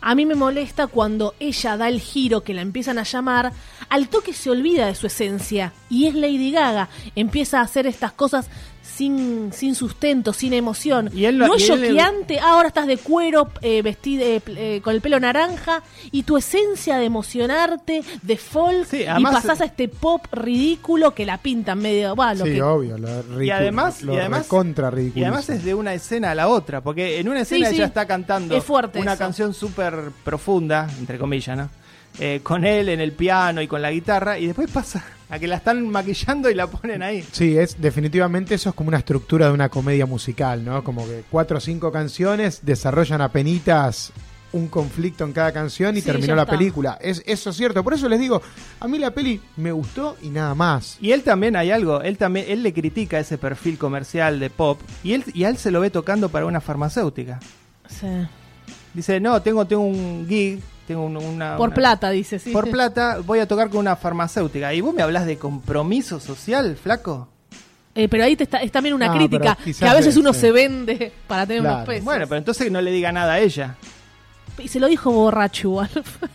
B: A mí me molesta cuando ella da el giro que la empiezan a llamar, al toque se olvida de su esencia y es Lady Gaga. Empieza a hacer estas cosas sin, sin sustento, sin emoción.
C: Y él lo-
B: no es
C: y él le-
B: choqueante, ah, ahora estás de cuero, eh, vestida eh, pl- eh, con el pelo naranja y tu esencia de emocionarte, de folk,
C: Sí,
B: y
C: además- eh,
B: pasás a este pop ridículo que la pintan medio. Bah, lo
D: Sí,
B: que-
D: obvio, lo ridicu-
C: y además,
D: lo
C: y además
D: recontra
C: y además
D: ridiculiza.
C: es de una escena a la otra, porque en una escena
B: Sí, sí.
C: ella está cantando
B: Es fuerte
C: una
B: eso.
C: canción súper profunda, entre comillas, ¿no? Eh, con él en el piano y con la guitarra, y después pasa a que la están maquillando y la ponen ahí.
D: Sí, es definitivamente eso es como una estructura de una comedia musical, ¿no? Como que cuatro o cinco canciones desarrollan apenitas un conflicto en cada canción y
B: Sí, ya
D: terminó la
B: está.
D: película. Es, eso es cierto, por eso les digo, a mí la peli me gustó y nada más.
C: Y él también hay algo, él también, él le critica ese perfil comercial de pop, y él, y a él se lo ve tocando para una farmacéutica.
B: Sí.
C: Ah, Dice, no, tengo, tengo un gig, tengo un- una.
B: Por
C: una-
B: plata, dice, sí.
C: Por plata voy a tocar con una farmacéutica. ¿Y vos me hablas de compromiso social, flaco?
B: Eh, pero ahí te está, es también una
D: No,
B: crítica,
D: Ah, pero quizás
B: que a veces
D: sí,
B: uno
D: sí.
B: se vende para tener
D: Claro.
B: unos pesos.
C: Bueno, pero entonces no le diga nada a ella.
B: Y se lo dijo borracho igual.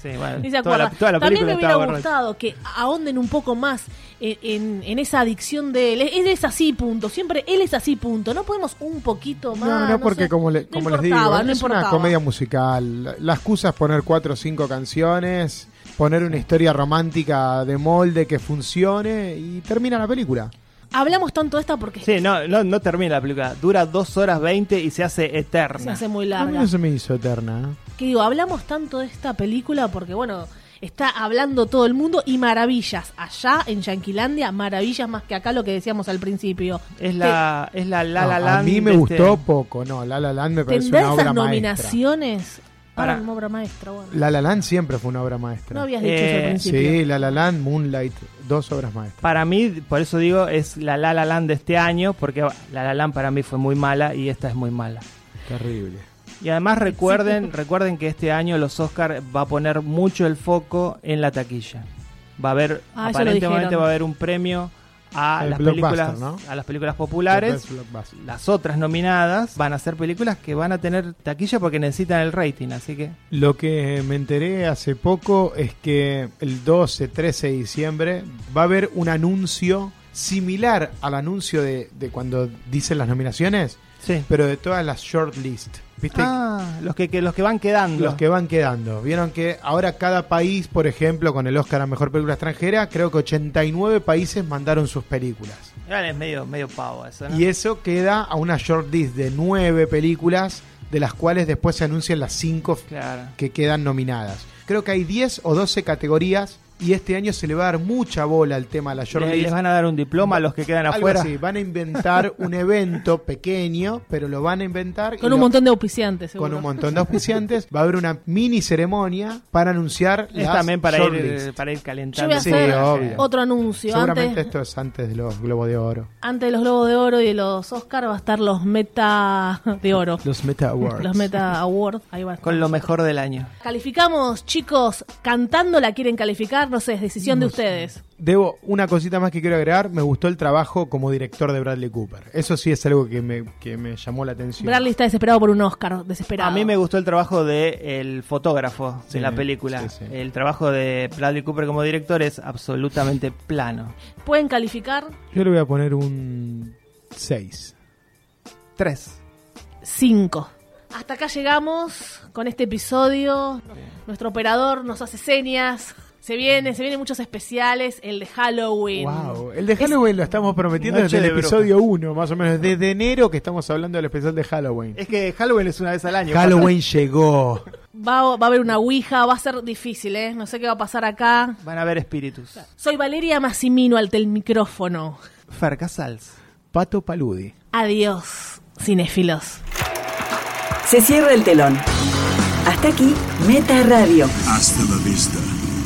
C: Sí, bueno,
B: Ni se
C: toda, la,
B: acuerda.
C: toda la
B: También
C: película
B: me
C: estaba
B: hubiera
C: borracha.
B: gustado que ahonden un poco más en, en- en esa adicción de él. Él es así, punto. Siempre él es así, punto. No podemos un poquito más.
D: No, no, porque
B: sé.
D: como, le-
B: Ah, No
D: como les digo,
B: importaba, no
D: es una
B: importaba.
D: comedia musical. La- La excusa es poner cuatro o cinco canciones, poner una historia romántica de molde que funcione y termina la película.
B: Hablamos tanto de esta porque
C: Sí, no, no, no termina la película. Dura 2 horas 20 y se hace eterna.
B: se hace muy
D: A mí
B: larga.
D: no se me hizo eterna. ¿eh?
B: Que digo, hablamos tanto de esta película porque, bueno, está hablando todo el mundo y maravillas. Allá en Yanquilandia, maravillas más que acá lo que decíamos al principio.
C: Es la, es la La
D: No,
C: La
D: a
C: Land
D: mí me
C: de este-
D: gustó poco. No, La La Land me
B: Te-
D: parece
B: Tendrá
D: una obra
B: esas
D: maestra.
B: nominaciones. Para
C: Para-
B: una obra maestra, bueno.
D: La La Land siempre fue una obra maestra.
B: No habías dicho eso al
C: Eh,
B: principio.
D: sí, La La Land, Moonlight, dos obras maestras.
C: Para mí, por eso digo, es la La La Land de este año, porque La La Land para mí fue muy mala y esta es muy mala.
D: Terrible.
C: Y además recuerden, recuerden que este año los Oscars va a poner mucho el foco en la taquilla. Va a haber,
B: Ah, eso lo
C: aparentemente
B: dijeron.
C: va a haber un premio a
D: El
C: las
D: blockbuster,
C: películas,
D: ¿no?
C: a las películas populares. Las otras nominadas van a ser películas que van a tener taquilla porque necesitan el rating, así que
D: Lo que me enteré hace poco es que el 12, 13 de diciembre va a haber un anuncio similar al anuncio de, de cuando dicen las nominaciones,
C: sí.
D: pero de todas las shortlist. ¿Viste?
C: Ah, los que, que- los que van quedando.
D: Los que van quedando. Vieron que ahora cada país, por ejemplo, con el Oscar a Mejor Película Extranjera, creo que 89 países mandaron sus películas.
C: Igual es medio medio pavo eso, ¿no?
D: Y eso queda a una shortlist de 9 películas, de las cuales después se anuncian las 5
C: Claro.
D: que quedan nominadas. Creo que hay 10 o 12 categorías y este año se le va a dar mucha bola al tema de la
C: Le-
D: shortlist.
C: les van a dar un diploma a los que quedan
D: Algo
C: afuera.
D: así, van a inventar un evento pequeño, pero lo van a inventar y
B: Con un
D: lo-
B: montón de auspiciantes, seguro.
D: con un montón de auspiciantes. Va a haber una mini ceremonia para anunciar
C: Es
D: las
C: también para
D: shortlist.
C: ir, eh, para ir
B: Yo voy
C: calentando.
B: a
D: Sí,
B: hacer
D: obvio.
B: otro anuncio.
D: Seguramente este-
B: Antes,
D: esto es antes de los Globos de Oro.
B: antes de los Globos de Oro y de los Oscar va a estar los Meta de Oro.
D: Los Meta Awards.
B: Los Meta Awards. Ahí va. a estar.
C: Con lo mejor del año.
B: Calificamos, chicos, cantando la quieren calificar, no sé, es decisión de ustedes.
D: Debo una cosita más que quiero agregar. Me gustó el trabajo como director de Bradley Cooper. Eso sí es algo que me, que me llamó la atención.
B: Bradley está desesperado por un Oscar, desesperado.
C: A mí me gustó el trabajo del fotógrafo
D: Sí,
C: de la película.
D: sí, sí.
C: El trabajo de Bradley Cooper como director es absolutamente plano.
B: Pueden calificar
D: Yo le voy a poner un 6.
C: Tres.
B: 5. Hasta acá llegamos con este episodio. Nuestro operador nos hace señas. Se viene, se vienen muchos especiales, el de Halloween.
D: Wow, el de Halloween lo estamos prometiendo
C: Noche
D: desde el
C: de brujas.
D: episodio 1, más o menos desde enero que estamos hablando del especial de Halloween.
C: Es que Halloween es una vez al año.
D: Halloween llegó.
B: Va, va a haber una ouija, va a ser difícil, ¿eh? No sé qué va a pasar acá.
C: Van a ver espíritus.
B: Soy Valeria Massimino, al telmicrófono.
C: Fer Casals.
D: Pato Paludi.
B: Adiós, cinéfilos.
F: Se cierra el telón. Hasta aquí, Meta Radio.
H: Hasta la vista,